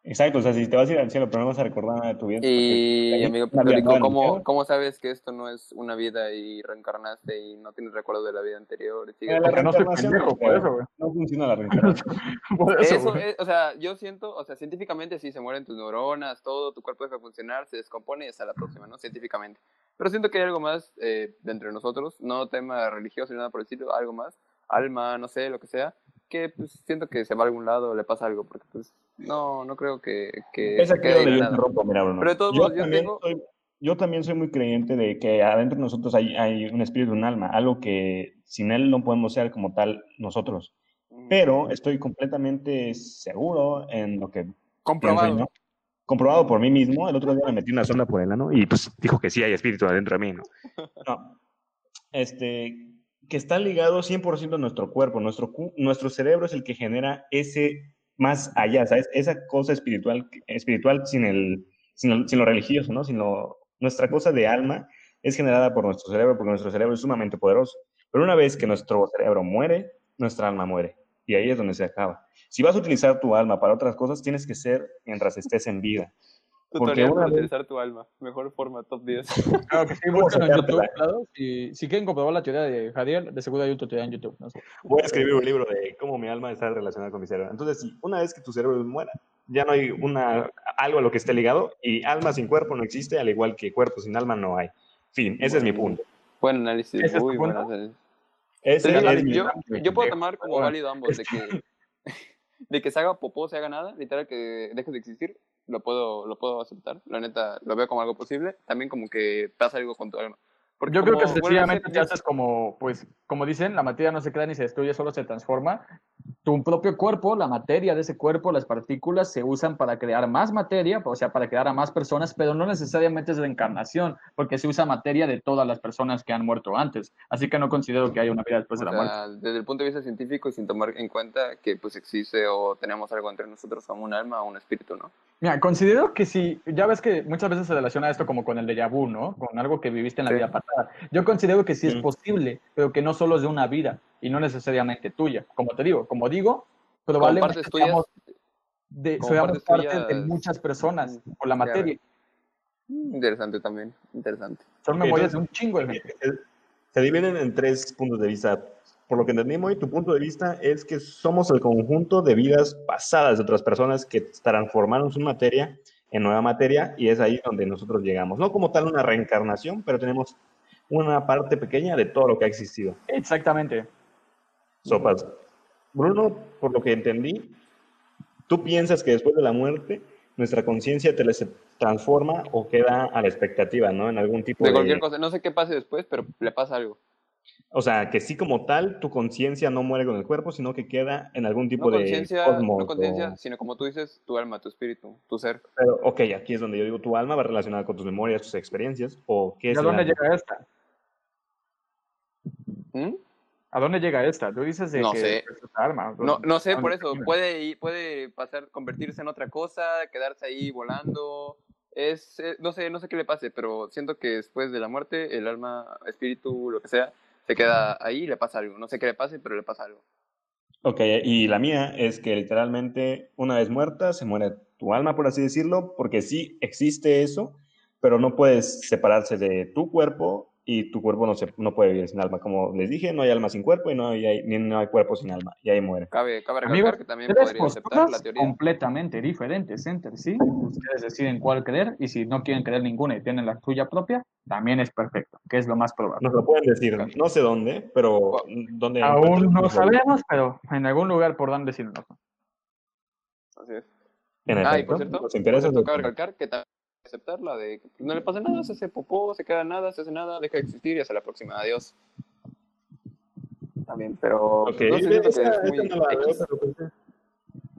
D: Exacto, o sea, si te vas a ir al cielo, pero no vas a recordar nada de tu vida.
C: Y,
D: porque-
C: amigo
D: una vida
C: Pitorico,
D: nueva,
C: ¿cómo,
D: ¿no?
C: ¿cómo sabes que esto no es una vida y reencarnaste y no tienes recuerdo de la vida anterior? y sigues-
D: Eh, la
A: Porque no soy
D: reencarnación
A: pendejo,
D: no
A: por
D: creo.
A: eso, güey.
D: No funciona la reencarnación.
A: Por eso,
C: Eso
A: güey.
C: es, o sea, yo siento, o sea, científicamente sí se mueren tus neuronas, todo, tu cuerpo deja de funcionar, se descompone y hasta la próxima, ¿no? Científicamente. Pero siento que hay algo más eh, de entre nosotros, no tema religioso ni nada por el estilo, algo más, alma, no sé, lo que sea, que pues, siento que se va a algún lado, le pasa algo, porque pues no, no creo que, que
D: Es
C: se
D: aquí
C: quede ahí
D: donde
C: la
D: yo
C: nada.
D: interrumpo, mira, Bruno.
C: Pero de todos modos, yo
D: también
C: tengo-
D: soy, yo también soy muy creyente de que adentro de nosotros hay, hay un espíritu, un alma, algo que sin él no podemos ser como tal nosotros.
C: Ujú.
D: Pero estoy completamente seguro en lo que pienso
C: Comprobado.
D: yo. Comprobado por mí mismo. El otro día me metí una sonda por el ano y pues dijo que sí hay espíritu adentro de mí, ¿no? No. Este, que está ligado 100% a nuestro cuerpo. Nuestro, cu- nuestro cerebro es el que genera ese más allá, ¿sabes? Esa cosa espiritual, espiritual sin, el, sin, lo, sin lo religioso, ¿no? Sin lo- nuestra cosa de alma es generada por nuestro cerebro, porque nuestro cerebro es sumamente poderoso. Pero una vez que nuestro cerebro muere, nuestra alma muere. Y ahí es donde se acaba. Si vas a utilizar tu alma para otras cosas, tienes que ser mientras estés en vida.
C: Tutorial
D: una
C: para
D: vez-
C: utilizar tu alma. Mejor forma, top 10.
A: Claro que sí,
D: ¿Cómo
A: búsquenlo en
D: sacártela?
A: YouTube. claro. Si, si quieren comprobar la teoría de Javier, de seguro hay un tutorial en YouTube. No sé.
D: Voy a escribir un libro de cómo mi alma está relacionada con mi cerebro. Entonces, si una vez que tu cerebro muera, ya no hay una, algo a lo que esté ligado y alma sin cuerpo no existe, al igual que cuerpo sin alma no hay. Fin, ese es mi punto.
C: Buen análisis,
A: ¿Ese es tu
C: muy buen
A: punto?
C: análisis.
D: Ese
C: Sí,
D: es
C: Alex,
D: mi
C: yo,
D: punto.
C: yo puedo tomar como
D: Ahora,
C: válido ambos, de
A: Este.
C: que, de que se haga popó, se haga nada, literal que dejes de existir, lo puedo, lo puedo aceptar, la neta, lo veo como algo posible, también como que pasa algo con tu alma. Porque
A: Yo creo que
C: como vuelve a ser-
A: sencillamente te haces como, pues, como dicen, la materia no se crea ni se destruye, solo se transforma. Tu propio cuerpo, la materia de ese cuerpo, las partículas se usan para crear más materia, o sea, para crear a más personas, pero no necesariamente es reencarnación, porque se usa materia de todas las personas que han muerto antes. Así que no considero que haya una vida después pues, de
C: o
A: la
C: sea,
A: muerte.
C: desde el punto de vista científico y sin tomar en cuenta que pues existe o tenemos algo entre nosotros, como un alma o un espíritu, ¿no?
A: Mira, considero que si, ya ves que muchas veces se relaciona esto como con el déjà vu, ¿no? Con algo que viviste en la
C: Sí.
A: vida pasada. Yo considero que sí es
D: Mm.
A: posible, pero que no solo es de una vida y no necesariamente tuya. Como te digo, como digo,
C: Como
A: probablemente
C: partes tuyas,
A: seamos, de,
C: como
A: seamos
C: partes
A: parte de
C: tuyas.
A: muchas personas
C: Mm,
A: por la
C: ya
A: materia. Mm.
C: interesante también, interesante.
A: Son
D: Ok,
A: memorias
D: entonces-
A: de un chingo de gente.
D: se- se dividen en tres puntos de vista. Por lo que entendimos hoy, tu punto de vista es que somos el conjunto de vidas pasadas de otras personas que transformaron su materia en nueva materia y es ahí donde nosotros llegamos. No como tal una reencarnación, pero tenemos una parte pequeña de todo lo que ha existido.
A: Exactamente.
D: Sopas. Bruno, por lo que entendí, tú piensas que después de la muerte nuestra conciencia te- se transforma o queda a la expectativa, ¿no? En algún tipo
C: De
A: Pues,
D: de...
C: cualquier cosa, no sé qué pase después, pero le pasa algo.
D: O sea, que sí como tal, tu conciencia no muere con el cuerpo, sino que queda en algún tipo
C: No
D: de
C: conciencia,
D: cosmos.
C: no conciencia,
D: o-
C: sino como tú dices, tu alma, tu espíritu, tu ser.
D: Pero, ok, aquí es donde yo digo, tu alma va relacionada con tus memorias, tus experiencias, o qué
A: ¿Y
D: es
A: a
D: el
A: dónde
D: alma?
A: llega esta?
C: ¿Mm?
A: ¿A dónde llega esta? Tú dices de
C: No
A: que pues,
C: sé.
A: es esta alma.
C: No, no sé,
A: ¿Dónde
C: por eso,
A: termina?
C: puede, ir- puede pasar, convertirse en otra cosa, quedarse ahí volando. Es, eh, no sé, no sé qué le pase, pero siento que después de la muerte, el alma, espíritu, lo que sea, se queda ahí y le pasa algo. No sé qué le pase, pero le pasa algo.
D: Ok, y la mía es que literalmente una vez muerta se muere tu alma, por así decirlo, porque sí existe eso, pero no puedes separarse de tu cuerpo y tu cuerpo no, se, no puede vivir sin alma. Como les dije, no hay alma sin cuerpo y no hay, ni- no hay cuerpo sin alma, y ahí muere.
C: Cabe, cabe recalcar
A: Amigos,
C: que también
A: tres
C: podría aceptar la
A: posturas
C: teoría.
A: completamente diferentes entre sí. Ustedes deciden cuál creer y si no quieren creer ninguna y tienen la suya propia, también es perfecto, que es lo más probable.
D: Nos lo pueden decir,
C: Claro.
D: no sé dónde, pero
C: Cu-
D: dónde
A: Aún
D: encuentran?
A: no
D: Nos lo dicen.
A: sabemos, pero en algún lugar podrán decirnos.
C: Así es.
D: En
C: Ah, y por
D: efecto,
C: cierto,
D: nos
C: por
D: interesa
C: cierto,
D: su-
C: cabe recalcar que también aceptar la de que no le pasa nada, se hace popó, se queda nada, se hace nada, deja de existir y hasta la próxima, adiós. También, pero
D: Ok,
C: no sé, siento que
D: esa-
C: es muy
D: esa no la veo,
C: X.
D: pero pues,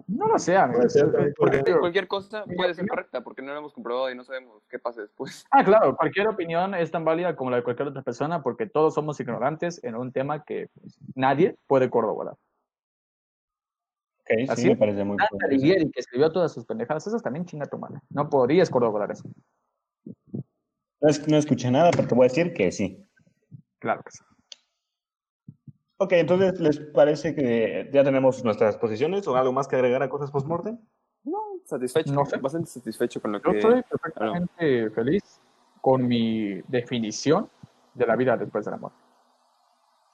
A: No lo sé, amigos.
D: Puede ser también,
A: Porque
D: porque-
A: digo,
C: Cualquier cosa
A: mi
C: puede ser
A: opinión-
C: correcta porque no lo hemos comprobado y no sabemos qué pasa después.
A: Ah, claro, cualquier opinión es tan válida como la de cualquier otra persona porque todos somos ignorantes en un tema que pues, nadie puede corroborar.
D: Ok,
C: Ah,
A: Así
D: sí, me
A: es.
D: parece muy
A: Dante
D: bien.
A: Alighieri, que escribió todas sus pendejadas, esas también chinga tu madre. No podrías corroborar eso.
D: No, es- no escuché nada, pero te voy a decir que sí.
A: Claro que sí.
D: Ok, entonces, ¿les parece que ya tenemos nuestras posiciones o algo más que agregar a cosas post-mortem?
C: No, satisfecho.
A: No sé.
C: Bastante satisfecho con lo
A: Yo
C: que.
A: estoy perfectamente feliz con mi definición de la vida después del amor.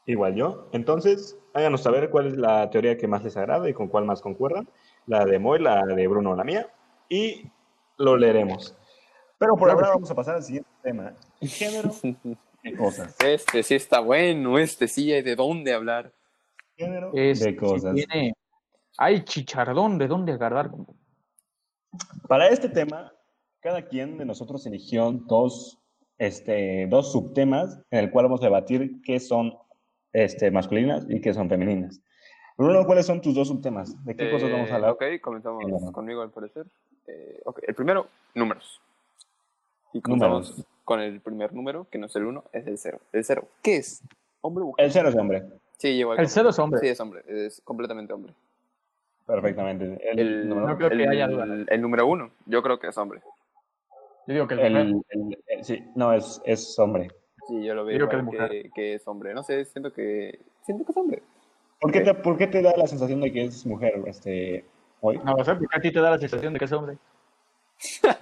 D: Igual yo. Entonces, háganos saber cuál es la teoría que más les agrada y con cuál más concuerdan. La de Moy, la de Bruno, la mía. Y lo leeremos. Pero por
A: Claro que
D: ahora
A: sí.
D: vamos a pasar al siguiente tema. Género de cosas.
C: Este sí está bueno, este sí hay de dónde hablar.
D: Género
A: Es,
D: de cosas.
A: si tiene- hay chichardón de dónde agarrar.
D: Para este tema, cada quien de nosotros eligió dos, este, dos subtemas en el cual vamos a debatir qué son este, masculinas y qué son femeninas. Bruno, ¿cuáles son tus dos subtemas? ¿De qué cosas vamos a
C: Eh,
D: hablar?
C: Ok, comenzamos
D: Bueno.
C: conmigo al parecer. Eh, ok, El primero, números. Y comenzamos
D: Números.
C: con el primer número, que no es el 1, es el 0. ¿El 0 qué es? ¿Hombre o mujer?
D: El cero es hombre.
C: Sí, igual.
A: El cero es hombre.
C: Sí, es hombre, es completamente hombre.
D: Perfectamente. El,
C: El,
D: número-
A: No creo que
C: el-
A: haya duda.
C: el número 1, yo creo que es hombre.
A: Yo digo que el,
D: el-
A: mujer.
D: el- el- sí, no, es, es hombre.
C: Sí, yo lo veo
A: Yo creo que
C: igual
A: es mujer.
C: que, que es hombre. No sé, siento que, siento que es hombre.
D: ¿Por qué, te, por qué te da la sensación de que es mujer este, hoy?
A: No lo sé, porque a ti te da la sensación de que es hombre.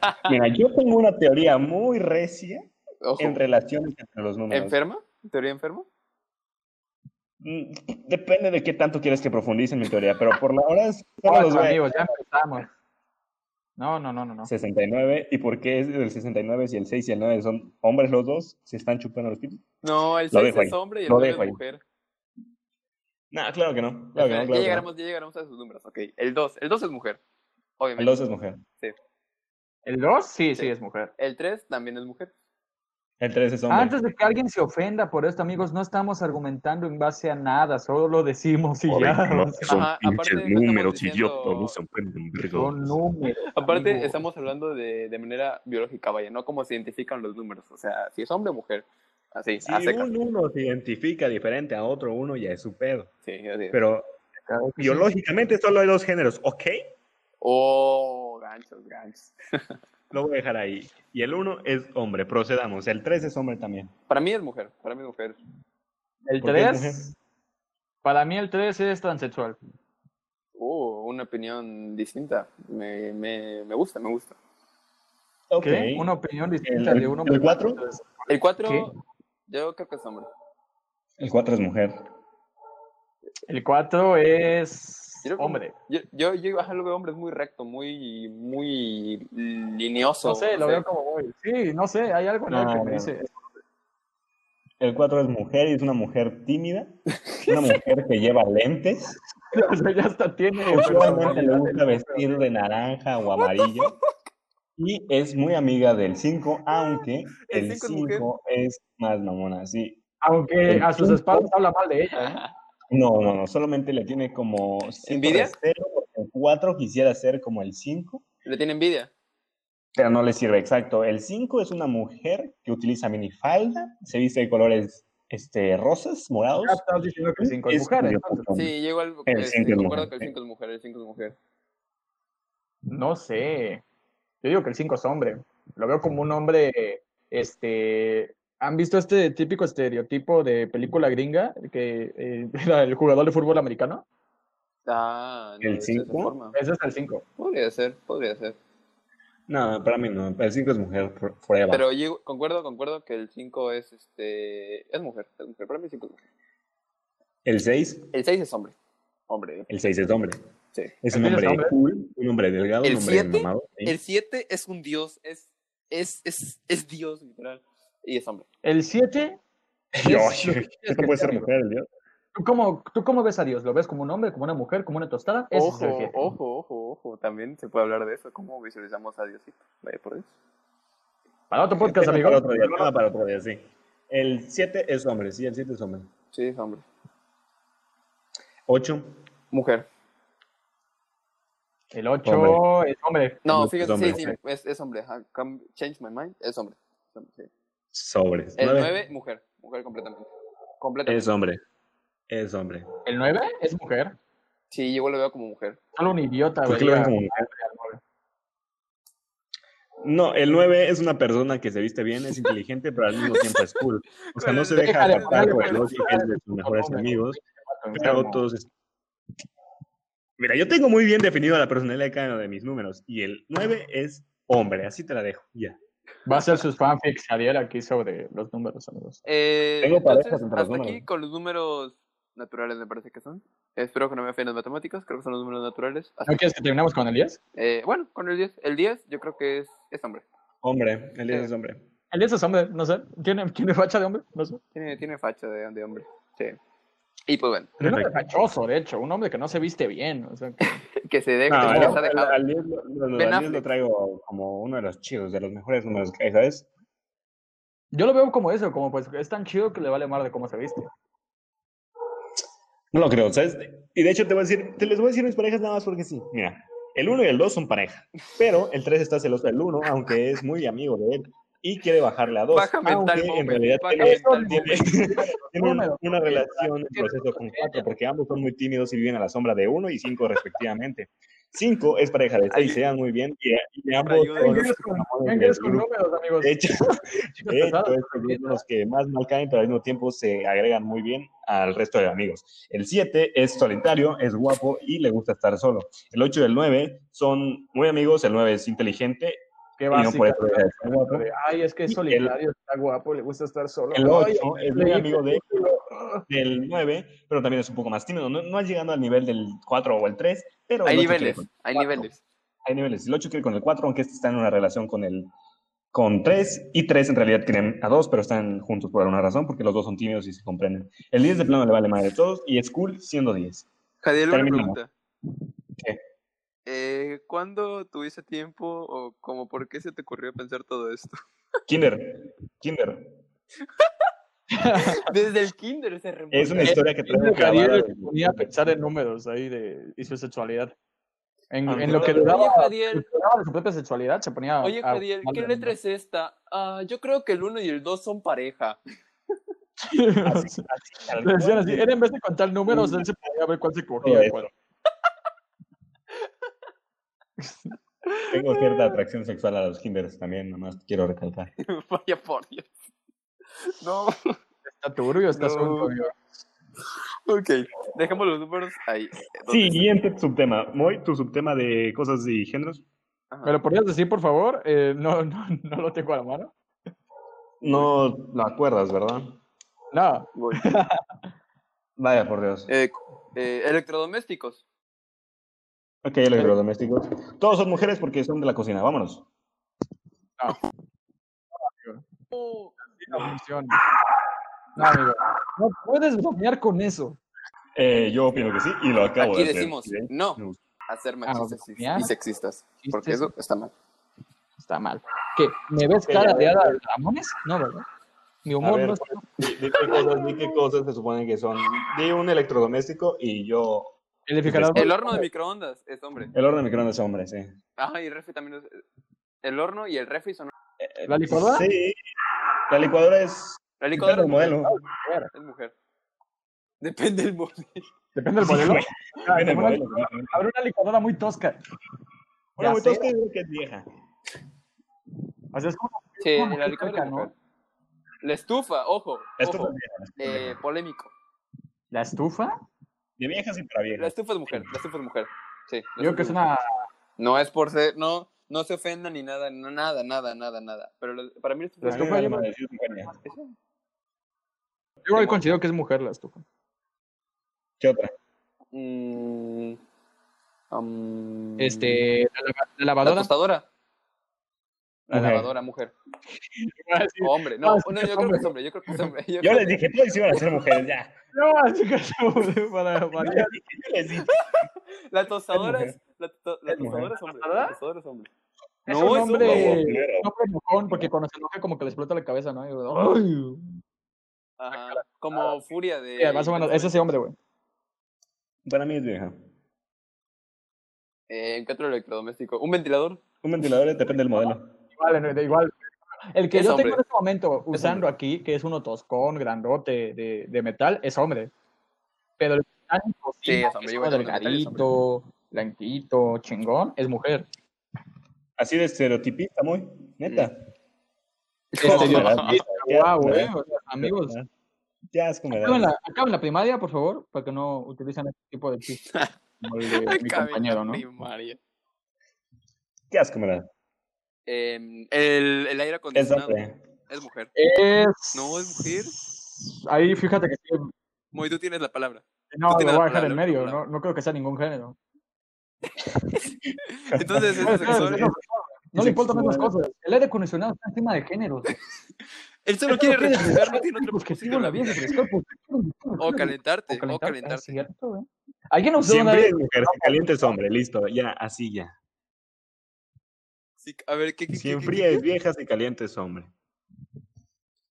C: Ah.
D: Mira, yo tengo una teoría muy recia
C: Ojo.
D: en relaciones entre los números.
C: ¿Enferma? ¿Teoría enferma?
D: Mm, Depende de qué tanto quieres que profundice en mi teoría, pero por la hora es solo
A: Hola,
D: los voy a-
A: amigos, ya empezamos. No, no, no, no, no.
D: 69 y por qué es el 69 si el 6 y el 9 son hombres los dos, se están chupando los pies.
C: No, el
D: Lo
C: 6
D: dejo
C: es
D: ahí,
C: hombre y el
D: lo
C: 9 es
D: dejo ahí.
C: mujer.
D: No, claro que no, claro que no,
C: Espera, ya,
D: claro que no.
C: llegaremos, ya llegaremos a sus números. Ok, el 2. El 2 es mujer.
D: El
C: Obviamente.
D: 2 es mujer,
A: ¿El 2? Sí, sí,
C: Sí.
A: es mujer.
C: El 3 también es mujer.
D: el 3 es hombre.
A: Antes de que alguien se ofenda por esto, amigos, no estamos argumentando en base a nada, solo lo decimos y ya.
B: Oigan, no,
A: o sea,
B: son
C: Ajá,
B: pinches
C: aparte, no estamos
B: números,
C: diciendo-
B: idiotas, no se pueden ver
A: Son
B: dos.
A: números.
D: Ah,
C: Aparte,
A: amigos.
C: estamos hablando de, de manera biológica, vaya, no como se identifican los números. O sea, si es hombre o mujer. Así, a
D: Si
C: secas.
D: un uno se identifica diferente a otro uno, ya es su pedo.
C: Sí, así.
D: Pero
A: Claro que sí.
D: biológicamente solo hay dos géneros, ¿ok?
C: Oh, ganchos, ganchos.
D: Lo voy a dejar ahí. Y el uno es hombre, procedamos. El 3 es hombre también.
C: Para mí es mujer, para mí es mujer.
A: El
D: ¿Por qué es
A: 3, para mí el 3 es transexual.
C: Oh, una opinión distinta. Me, me, me gusta, me gusta.
D: Ok.
A: ¿Qué? Una opinión distinta
D: el-
A: de uno.
D: el cuatro?
C: El 4,
A: ¿Qué?
C: yo creo que es hombre.
D: El 4 es mujer.
A: El 4 es
C: Yo creo que-
A: hombre.
C: Yo, yo, yo ajá, lo veo hombre, es muy recto, muy, muy lineoso.
A: No sé, lo veo como voy. Sí, no sé, hay algo en él
D: No,
A: que
D: no,
A: me dice.
D: El 4 es mujer y es una mujer tímida, una mujer que lleva lentes,
A: O sea, ya hasta tiene.
D: usualmente le
A: personalidad
D: gusta
A: el
D: vestir de naranja o amarillo y es muy amiga del 5, aunque
C: El
D: el
C: cinco es mujer.
D: 5 es más mamona, sí.
A: Aunque
D: El
A: a sus
D: cinco-
A: espaldas habla mal de ella, ¿eh?
D: No, no, no, solamente le tiene como cierto
C: ¿Envidia?
D: recelo porque el 4 quisiera ser como el 5,
C: Le tiene envidia.
D: pero no le sirve exacto. El 5 es una mujer que utiliza minifalda, se viste de colores este, rosas,
A: Ya
C: Ah,
D: morados.
A: estás diciendo
C: pues
A: que cinco es mujer,
D: medio
A: entonces.
D: putón.
C: Sí, yo igual
D: El
C: eh,
D: cinco
C: sí,
D: es
C: concuerdo
D: mujer,
C: que el
D: sí.
C: 5 es mujer, el 5 es mujer.
A: No sé. Yo digo que el 5 es hombre. Lo veo como un hombre, este... ¿Han visto este típico estereotipo de película gringa que eh, era el jugador de fútbol americano?
C: Ah, no,
D: ¿El
C: de esa
D: cinco?
C: forma.
A: Ese es el 5.
C: Podría ser, podría ser.
D: No, para mí no. El 5 es mujer por- forever.
C: Pero yo concuerdo, concuerdo que el 5 es este es mujer, es mujer. Para mí el 5 es mujer.
D: el 6,
C: El 6 es hombre. Hombre,
D: el 6 es hombre.
C: sí.
D: Es
A: El
D: un
A: seis es
D: hombre
A: hombre.
D: cool, un hombre delgado,
C: ¿El
D: un hombre
C: siete?
D: mamado. ¿sí?
C: El 7 es un dios, es, es, es, es dios, literal. Y es hombre.
A: El 7...
D: Yo,
A: es lo que
D: esto
A: tienes que ser,
D: puede ser
A: amigo.
D: mujer, el dios.
A: ¿Tú cómo, ¿Tú cómo ves a Dios? ¿Lo ves como un hombre, como una mujer, como una tostada? Ese es el
C: Ojo,
A: 7.
C: ojo, ojo, ojo. También se puede hablar de eso. ¿Cómo visualizamos a Diosito? Vaya por Dios.
A: Para otro podcast,
D: Tema
A: amigo.
D: para otro día, tema para otro día, sí. El 7 es hombre, sí, el 7 es hombre.
C: Sí, es hombre.
D: 8,
C: Mujer.
A: El 8 es hombre.
C: No,
D: Es
C: fíjate,
D: hombre.
C: sí, sí, es, es hombre. ajá. Cam- Change my mind, es hombre. Es hombre, sí.
D: sobres.
C: El
D: 9
C: 9, mujer. Mujer completamente. Completamente.
D: es hombre. Es hombre.
A: El 9 es mujer.
C: Sí, yo igual lo veo como mujer.
A: Solo un idiota,
D: ¿Por qué Pues lo
A: vería
D: ven como
A: al-
D: mujer?
A: al nueve.
D: No, el 9 es una persona que se viste bien, es inteligente, pero al mismo tiempo es cool. O sea, no se deja
A: Déjale,
D: atrapar
A: dale,
D: por el
A: pues,
D: odio que es de sus mejores
A: número,
D: amigos.
A: vato
D: Pero
A: enfermo.
D: todos... este, Mira, yo tengo muy bien definido la personalidad de cada uno de mis números. Y el 9 es hombre, así te la dejo, ya.
A: Va a ser sus fanfics, Javier, aquí sobre los números, amigos.
C: Eh,
D: Tengo parejas
C: entonces,
D: entre los
C: hasta aquí
D: números.
C: con los números naturales me parece que son. Espero que no me afeen las matemáticas, creo que son los números naturales. Hasta-
A: ¿No quieres que terminemos con el 10?
C: eh, bueno, con el 10. El 10 yo creo que es, es hombre.
D: Hombre, el 10 es hombre.
A: El 10 es hombre, no sé. ¿Tiene, tiene facha de hombre? No sé.
C: Tiene, tiene facha de, de hombre. Sí. Y pues bueno,
A: Pero un hombre
D: Perfecto.
A: fachoso, de hecho. Un hombre que no se viste bien. O sea, que-
C: que se deja,
D: No,
C: que
D: el-
C: está
D: al-
C: dejado.
D: Ah, al 10 lo- lo- lo-
C: Ben
D: al 10
C: Affleck.
D: lo traigo como uno de los chidos, de los mejores números que hay, ¿sabes?
A: Yo lo veo como eso, como pues es tan chido que le vale más de cómo se viste.
D: No lo creo, ¿sabes? Y de hecho te voy a decir, te les voy a decir mis parejas nada más porque sí. Mira, el 1 y el 2 son pareja, pero el 3 está celoso del 1, aunque es muy amigo de él y quiere bajarle a 2.
C: Baja mental
D: aunque en
C: moment,
D: realidad
C: baja
D: tiene,
C: mental
D: tiene- tiene un-
A: Número.
D: una relación en proceso con 4, porque ambos son muy tímidos y viven a la sombra de 1 y 5 respectivamente. 5 es pareja de 6, se dan muy bien y, y ambos
C: Ayuda.
D: son
A: ¿Quién
D: los
A: quieres con,
D: amores
A: quién
D: del
A: quieres con
D: grupo.
A: números, amigos?
D: De hecho,
A: Chicas
D: de
A: pesadas.
D: hecho, este estos dos son los que más mal caen, pero al mismo tiempo se agregan muy bien al resto de amigos. El 7 es solitario, es guapo y le gusta estar solo. El 8 y el 9 son muy amigos, el 9 es inteligente
A: Qué
D: y no
A: básica.
D: por eso deja de ser guapo.
A: de, Ay, es que es
D: Y el-
A: solitario, está guapo, le gusta estar solo.
D: El
A: Ay,
D: 8 es
A: leí
D: muy amigo de,
A: este libro. Ah.
D: del 9, pero también es un poco más tímido. No, no es llegando al nivel del 4 o el 3, pero
C: Hay
D: el 8 quiere
C: niveles,
D: con-
C: hay
D: cuatro.
C: niveles.
D: hay niveles. El 8 quiere con el 4, aunque este está en una relación con el con 3, y 3 en realidad quieren a 2, pero están juntos por alguna razón, porque los dos son tímidos y se comprenden. El 10 de plano le vale madre a todos, y es cool siendo 10.
C: Jadiel, una
D: Terminamos.
C: pregunta.
D: ¿Qué?
C: Eh, ¿Cuándo tuviste tiempo o como por qué se te ocurrió pensar todo esto?
D: Kinder, Kinder.
C: Desde el kinder se remonta.
D: Es una
A: Eh,
D: historia que traigo clavada.
A: Javier
D: de-
A: se ponía a pensar en números ahí de, y su sexualidad. En,
D: Ah,
A: en lo que
D: oye,
A: dudaba,
C: Jadiel.
A: dudaba de su propia sexualidad, se ponía.
C: Oye,
A: a-
C: Jadiel, ¿qué letra es esta? Ah, yo creo que el 1 y el 2 son pareja.
D: Así, así, tal
A: Le decían
D: cual.
A: así, él en vez de contar números, él se podía ver cuál se
D: Todo
A: cogía.
D: eso.
A: Cuál.
D: Tengo cierta atracción sexual a los Kinders también, nada más quiero recalcar.
C: Vaya por Dios. No.
A: Está turbio este
C: No.
A: asunto, amigo.
C: Ok, dejemos los números ahí. eh, entonces.
D: Siguiente subtema. Moy, tu subtema de cosas y géneros.
C: Ajá.
A: ¿Me lo podrías decir, por favor? Eh, no, no, no lo tengo a la mano.
D: No lo acuerdas, ¿verdad?
A: No,
C: Voy.
D: Vaya, por Dios.
C: Eh, eh, electrodomésticos.
D: Ok,
C: eh.
D: electrodomésticos. Todos son mujeres porque son de la cocina. Vámonos.
C: Oh,
A: no funciona. No, amigo. No puedes bromear con eso.
D: Eh, yo opino que sí y lo acabo
C: Aquí
D: de hacer.
C: decimos
D: ¿sí?
C: no
D: Me gusta. Ah,
C: a ser machistas y-
A: ¿bromear?
C: y sexistas. Porque
A: Chistes.
C: eso está mal.
A: Está mal. ¿Qué? ¿Me ves
D: Ok,
A: cara
D: a
A: de
D: ver.
A: hada de Ramones? No, ¿verdad? Mi
D: A
A: humor
D: ver,
A: no es.
D: ¿cuál- di, di qué cosas, di qué cosas se supone que son. Di un electrodoméstico y yo.
A: El de Fijaros-
C: El horno de microondas es hombre.
D: El horno de microondas, hombre, sí.
C: Ajá, y el refri también es. eh, El horno y el refri son.
A: ¿La licuadora?
D: Sí. La licuadora es.
C: La
D: Depende
C: licuadora
D: del
C: es mujer.
D: modelo.
C: Es mujer. Depende del modelo.
A: Depende del modelo. Ah,
D: Depende del
A: como una-
D: modelo.
A: Habrá una licuadora muy tosca.
D: Una muy
A: Ya sé.
D: tosca yo creo que es vieja.
A: O sea, es como
C: Sí,
A: ¿Cómo?
C: la licuadora es
A: ¿No?
C: mujer. La estufa, ojo.
D: Esto
C: ojo,
D: es vieja. pues la estufa es
C: eh,
D: vieja.
C: polémico.
A: la estufa.
D: De viejas y para
C: La
D: viejas.
C: estufa es mujer. La estufa es mujer. Sí. la
A: Yo creo que es
C: estufa
A: una.
C: No es por ser, no, no se ofenda ni nada, no, nada, nada, nada, nada. Pero lo- para mí esto
A: La
D: A mí
A: estufa
D: me vale
A: lleva-
D: madre, sí es mujer vieja.
A: Yo igual considero que es mujer la estufa.
D: ¿Qué otra?
C: Mm, um,
A: Este. La, lava- la
C: La
A: lavadora.
C: tostadora. La
D: Mujer.
C: lavadora, mujer.
A: Iba a decir-
C: O hombre. No,
A: Ah, sí,
C: no,
A: es
C: yo creo que es hombre. Yo creo que es hombre. Yo
D: Yo
C: creo-
D: les dije, todos iban a ser mujeres, ya.
A: No, así que yo- para
D: Yo
A: variar.
D: les dije, yo les dije.
C: La tostadora
D: mujer.
C: es. La, to- la
D: Es mujer.
C: tostadora es hombre. La
A: ¿Tostadora?
C: tostadora es hombre.
A: Es
C: No,
A: un
C: es
A: hombre.
D: hombre.
A: un hombre mojón, porque cuando se enoja, como que le explota la cabeza, ¿no? Y, ¡ay!
C: Ajá. Como furia de.
A: Ah, Sí, más o menos, ese es hombre, güey.
D: Para mí es vieja.
C: Eh, ¿Qué otro electrodoméstico? ¿Un ventilador?
D: Un ventilador depende del modelo.
A: Igual, no, da igual. El que
C: Es
A: yo
C: hombre.
A: tengo en este momento usando aquí, que es uno toscón, grandote, de, de metal, es hombre. Pero el que están en cocina,
C: Sí,
A: que
C: es hombre,
A: está
C: yo voy a tomar detalles,
A: delgadito, blanquito, chingón, es mujer.
D: Así de estereotipista, muy, neta.
A: Este, Estereotipista,
D: Ya,
A: guau,
D: ya,
A: eh, o sea, amigos.
D: Ya asco me da.
A: Acaben la, acaben la primaria, por favor, para que no utilicen este tipo de chistes. Como el de mi
C: Acabé la
A: este, compañero, ¿no?
C: primaria.
D: Qué asco me da.
C: Eh, el, el aire
D: Es
C: acondicionado es,
D: hombre.
C: mujer.
A: Es...
C: No, es mujer.
A: Ahí fíjate que sí,
C: Muy, tú tienes la palabra.
A: No,
C: tienes
A: lo
C: la
A: voy a dejar
C: palabra,
A: en medio,
C: la palabra.
A: no, no creo que sea ningún género.
C: Entonces, es
A: No,
C: homosexual.
A: no, no le importan esas cosas. El aire acondicionado está encima de géneros.
C: Él solo quiere refrescar, no tiene otro propósito
A: objetivo
C: en
A: en
C: la
A: vida.
C: vida.
A: refrescar, pues,
C: O calentarte, o
A: calentar, es
C: calentarte.
A: cierto, ¿eh? ¿Alguien usó una
D: Siempre
A: vez?
D: es mujer, que caliente es hombre, listo, ya, así ya.
C: Sí, a ver, ¿qué, qué,
D: Si
C: qué- qué-
D: enfría es vieja, si caliente es hombre.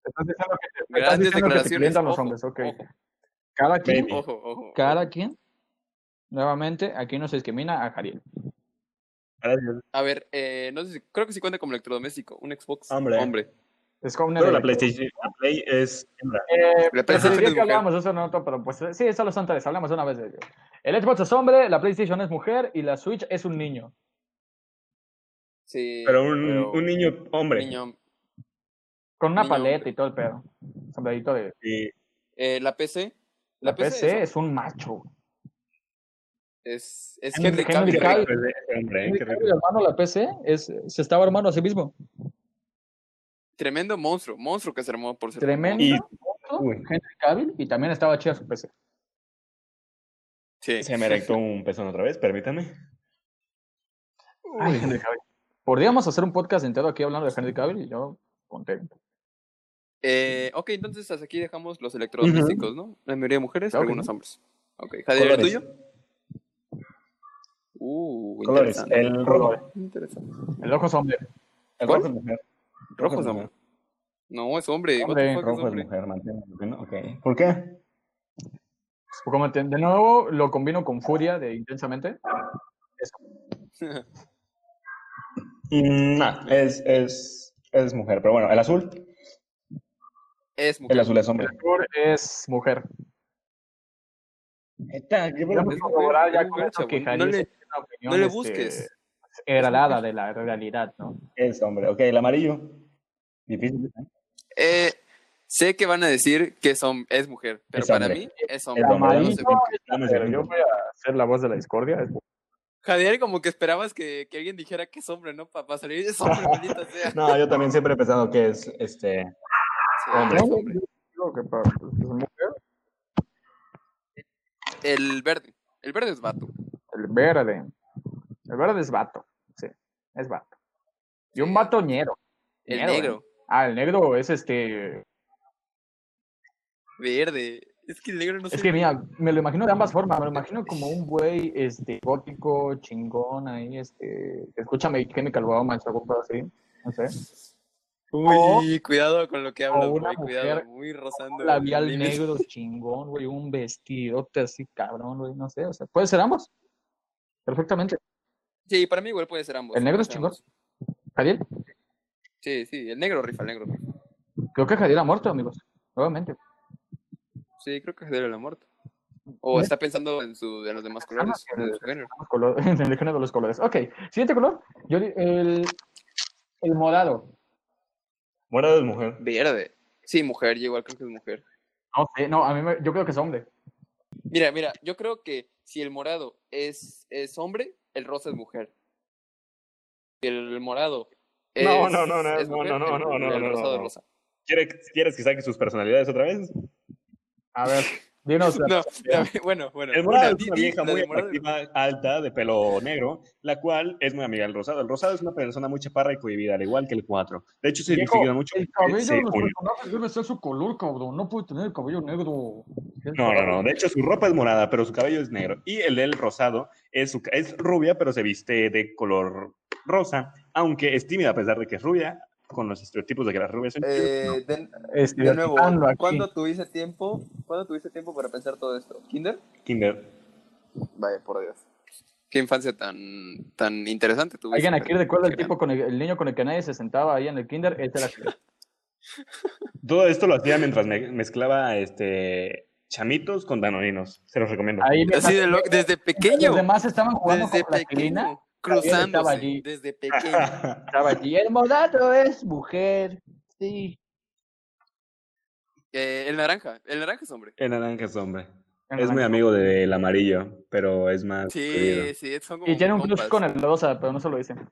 A: Estás diciendo que te, estás diciendo
C: Grandes
A: que te
C: declaraciones.
A: calientan los
C: ojo,
A: hombres, ok.
C: ojo,
A: Cada quien,
D: Maybe.
C: ojo, ojo.
A: cada quien. Nuevamente, aquí no se discrimina a Jariel.
D: Gracias.
C: A ver, eh, no sé si, creo que sí cuenta como electrodoméstico. Un Xbox.
D: Hombre.
A: Es como una
D: Pero la
A: de-
D: PlayStation la Play es hembra.
A: Eh,
C: La PlayStation
A: preferiría
C: es
A: que
C: mujer.
A: habláramos de eso en otro, pero pues sí, eso los antes, hablamos una vez de ello. El Xbox es hombre, la PlayStation es mujer y la Switch es un niño.
C: Sí,
D: Pero un, un niño hombre.
C: niño.
A: Con una
C: Niño
A: paleta
C: hombre.
A: y todo el pedo. Sombradito de.
D: Sí.
C: Eh, la PC.
A: La, PC,
C: es-
A: es un macho.
C: es, es
A: Henry-
C: Henry
A: Henry
D: Qué
A: Cavill.
C: Cavill.
D: rico es ese hombre, ¿eh?
A: Mi
D: Qué
A: cambio,
D: rico.
A: hermano, la PC es, se estaba armando a sí mismo.
C: Tremendo monstruo, monstruo que se armó por ser.
A: Tremendo.
D: Y
A: monstruo,
D: uy.
A: Henry Cavill y también estaba chida su PC.
C: Sí.
D: se me erectó un pezón otra vez, permítame.
A: Ay, Henry Cavill. Podríamos hacer un podcast entero aquí hablando de Henry Cavill y yo contento.
C: Eh, ok, entonces hasta aquí dejamos los electrodomésticos, ¿no? La mayoría de mujeres,
A: Claro que
C: algunos hombres. Ok, Javier, ¿el
D: Ah, Colores.
C: tuyo? Uh,
D: Colores.
C: interesante.
D: El rojo.
C: Interesante.
A: El ojo es hombre.
D: El
C: ¿Cuál?
D: rojo es mujer.
C: Rojo es hombre. No, es hombre. what
A: Hombre,
C: the fuck, es
D: Rojo es
C: hombre.
D: mujer, manténlo. Ok. ¿Por qué?
A: Como te- de nuevo lo combino con furia de intensamente.
D: Mm, No, es, es, es mujer. Pero bueno, el azul.
C: Es
D: El
C: mujer.
D: azul es hombre.
A: El actor es mujer.
D: Está, yo creo que-
A: Podemos
C: mujer,
A: corroborar ya
C: es
A: con
C: mujer,
A: esto que
C: chabón.
A: Jair
C: No le-
A: es una opinión,
C: no le
A: este,
C: busques.
A: heredada de la realidad, ¿no?
D: Es hombre. Ok, el amarillo. Difícil. ¿eh?
C: Eh, sé que van a decir que es, hom- es mujer, pero
D: Es
C: para
D: hombre.
C: mí es hombre.
D: El
C: no
D: amarillo.
C: sé por qué.
D: Dame
A: Pero
D: segundo.
A: yo voy a ser la voz de la discordia.
C: Javier, como que esperabas que, que alguien dijera que es hombre, ¿no? Para salir es hombre, maldita sea.
D: No, yo también siempre he pensado que es este.
C: Sí,
D: Hombre.
C: es Ah, hombre.
A: Digo que para- es mujer.
C: El verde. El verde es vato.
A: El verde. El verde es vato. Sí, es vato. Y un
C: Sí.
A: vato ñero.
C: El
A: Ñero, ¿eh?
C: negro.
A: Ah, el negro es este.
C: Verde. Es que el negro no
A: Es
C: sé.
A: que mira, me lo imagino de ambas formas. Me lo imagino como un güey este, gótico, chingón, ahí, este. Escúchame, Chemical Romance o algo así. No sé.
C: Uy, cuidado con lo que hablo,
A: o una
C: güey. Cuidado,
A: mujer
C: muy rozando.
A: Un labial
C: el límite.
A: negro chingón, güey, un vestidote así cabrón, güey, no sé, o sea, puede ser ambos. Perfectamente.
C: Sí, para mí igual puede ser ambos.
A: ¿El negro
C: puede
A: es
C: ser
A: chingón?
C: ambos.
A: Javier,
C: Sí, sí, el negro rifa, el negro rifa.
A: creo que Javier ha muerto, amigos. Nuevamente.
C: Sí, creo que es de la muerte. O
A: ¿Eh? Ah,
C: está pensando en, su, en los demás colores.
A: que-
C: de su género.
A: Los colores, en el género de los colores. Ok, siguiente color. Yo di- el, el morado.
D: Morado es mujer.
C: Verde. Sí, mujer, yo igual creo que es mujer.
A: No sé, no, a mí me- yo creo que es hombre.
C: Mira, mira, yo creo que si el morado es, es hombre, el rosa es mujer. Si el morado es.
D: No, no, no, no,
C: es
D: no,
C: mujer,
D: no, no,
C: el-
D: no, no,
C: El
D: no,
C: rosado es
D: no.
C: rosa.
D: ¿Quieres, quieres que saque sus personalidades otra vez?
A: A ver, dinos. la-
C: No, la- bueno, bueno.
D: El morado
C: una,
D: es
C: di-
D: una
C: di
D: vieja
C: la
D: muy
C: de morado.
D: atractiva, alta, de pelo negro, la cual es muy amiga del rosado. El rosado es una persona muy chaparra y cohibida, al igual que el 4. De hecho, se
A: Viejo,
D: identifica mucho
A: El
D: con
A: cabello de los
D: junio.
A: personajes debe ser su color, cabrón. No puede tener el cabello negro.
D: No, no, no. De hecho, su ropa es morada, pero su cabello es negro. Y el del rosado es, su ca- es rubia, pero se viste de color rosa, aunque es tímida a pesar de que es rubia, con los estereotipos de que las rubias son tímidas. no.
C: Eh, de,
A: Este,
C: de nuevo,
A: ando aquí.
C: ¿cuándo tuviste tiempo? ¿Cuándo tuviste tiempo para pensar todo esto? ¿Kinder?
D: Kinder.
C: Vaya, por Dios. Qué infancia tan, tan interesante tuviste.
A: Alguien aquí
C: pero
A: recuerda el
C: qué
A: tipo con el, el niño con el que nadie se sentaba ahí en el kinder, este era
D: Todo esto lo hacía mientras me- mezclaba este
F: chamitos con danoninos. Se los recomiendo.
A: Ahí me
C: Así de lo- desde pequeño.
A: Los demás estaban jugando
C: Desde
A: con plastilina.
C: pequeño. Cruzándose.
A: estaba allí.
C: Desde pequeño.
A: Estaba allí. El modato es mujer. Sí.
C: Eh, el naranja. El naranja es hombre.
D: El naranja es hombre. Es muy amigo del amarillo, pero es más.
C: Sí,
D: prohibido.
C: sí, son como
A: Y tiene un
C: compas.
A: crush con el rosa, pero no se lo dicen.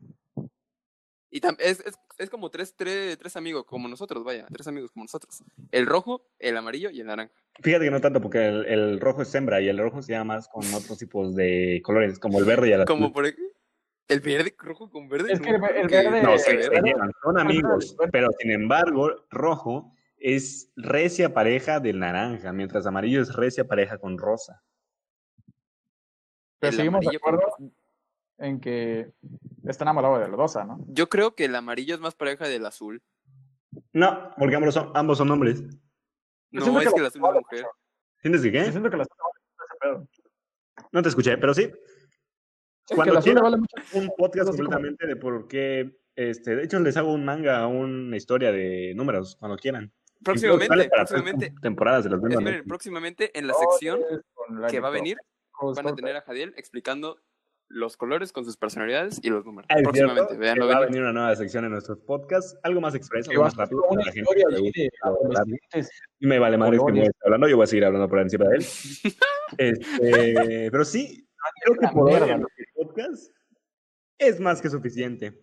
C: Y tam- es, es, es como tres, tres, tres amigos como nosotros, vaya, tres amigos como nosotros. El rojo, el amarillo y el naranja.
D: Fíjate que no tanto, porque el, el rojo es hembra y el rojo se llama más con otros tipos de colores, como el verde y el azul.
C: Como por ej- el verde rojo con verde.
A: Es que el
C: no,
A: ve-
C: creo
A: el
C: que-
A: verde-
D: No,
A: Eh,
D: se,
A: eh,
D: se
A: ¿verdad?
D: llevan, son amigos, pero sin embargo, rojo es recia pareja del naranja, mientras amarillo es recia pareja con rosa.
A: Pero
C: El
A: seguimos de
C: amarillo con
A: acuerdo en que está enamorado de la rosa, ¿no?
C: Yo creo que el amarillo es más pareja del azul.
D: No, porque ambos son, ambos son hombres.
A: Pues Yo
C: No,
A: siento
C: es
A: que
C: que el
A: lo-
C: azul es mujer.
D: ¿Sientes que
A: Yo
D: qué?
A: siento que la ese pedo.
D: No te escuché, pero sí,
A: Es que
D: Cuando
A: la azul le
D: quiera.
A: vale mucho.
D: un podcast
A: No sé cómo-
D: completamente de por qué. Este, de hecho, les hago un manga, una historia de números, cuando quieran. Incluso sale
C: Próximamente,
D: para tres
C: próximamente,
D: temporadas de los vendo a
C: esperen,
D: Netflix.
C: próximamente
A: Oh,
C: en la sección
A: Con la
C: que va a venir
A: electro-
C: van a tener a Jadiel explicando los colores con sus personalidades y los números.
D: Ah, es
C: próximamente,
D: cierto,
C: vean
D: que
C: lo
D: va a
C: venir.
D: venir una nueva sección en nuestros podcasts, algo más expreso,
A: Que
D: algo
A: va a
D: más
A: ser
D: rápido.
A: una
D: para la gente
A: historia
D: que le
A: allí
D: guste
A: de
D: hablar.
A: adolescentes.
D: Y me vale madre que me
A: Colores.
D: esté hablando, yo voy a seguir hablando por encima de él. Este, pero sí, creo que
A: Una
D: por hoy
A: Ah, mierda,
D: el
A: ¿no?
D: podcast es más que suficiente.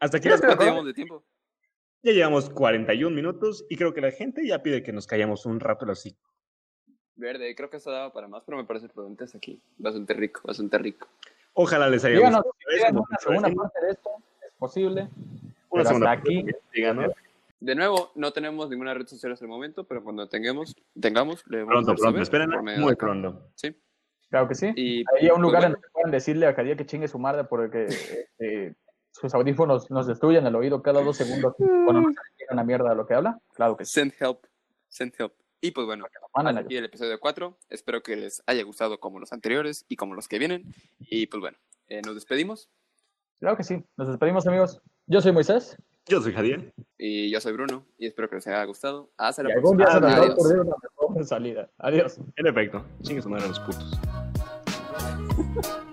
D: Hasta aquí
A: Yo
D: las
A: estoy de
C: ¿Cuánto
A: acuerdo.
D: cosas.
C: llevamos de tiempo?
D: Ya llevamos 41 minutos y creo que la gente ya pide que nos callemos un rato los hocico.
C: Verde, creo que eso daba para más, pero me parece prudente hasta aquí. Bastante rico, bastante rico.
D: Ojalá les haya
A: Díganos
D: gustado.
A: si
D: Es
A: quieren
D: como
A: una
D: siempre
A: segunda
D: decimos,
A: parte de esto. Es posible.
D: una
A: Pero
D: segunda
A: hasta
D: parte
A: aquí.
D: también, díganos.
C: De nuevo, no tenemos ninguna red social hasta el momento, pero cuando tengamos, tengamos, le vamos a
D: Pronto,
C: hacer
D: pronto,
C: saber
D: esperen
C: por medio de
D: muy
C: acá.
D: pronto.
C: Sí.
A: Claro que sí.
C: Y
A: Había un
C: pues,
A: lugar en
C: bueno,
A: donde puedan decirle a Javier que chingue su madre porque eh, sus audífonos nos destruyen el oído cada dos segundos cuando no se entiende una mierda de lo que habla. Claro que sí.
C: send help, send help. Y pues bueno,
A: nos mandan
C: hasta aquí el episodio 4. Espero que les haya gustado como los anteriores y como los que vienen. Y pues bueno, eh, nos despedimos.
A: Claro que sí. Nos despedimos, amigos. Yo soy Moisés.
D: Yo soy Javier.
C: Y yo soy Bruno y espero que les haya gustado. Hasta la
A: Y algún
C: próxima.
A: día se nos va a
C: Adiós.
A: ocurrir una mejor salida. Adiós.
D: En efecto, chingue su madre a los putos.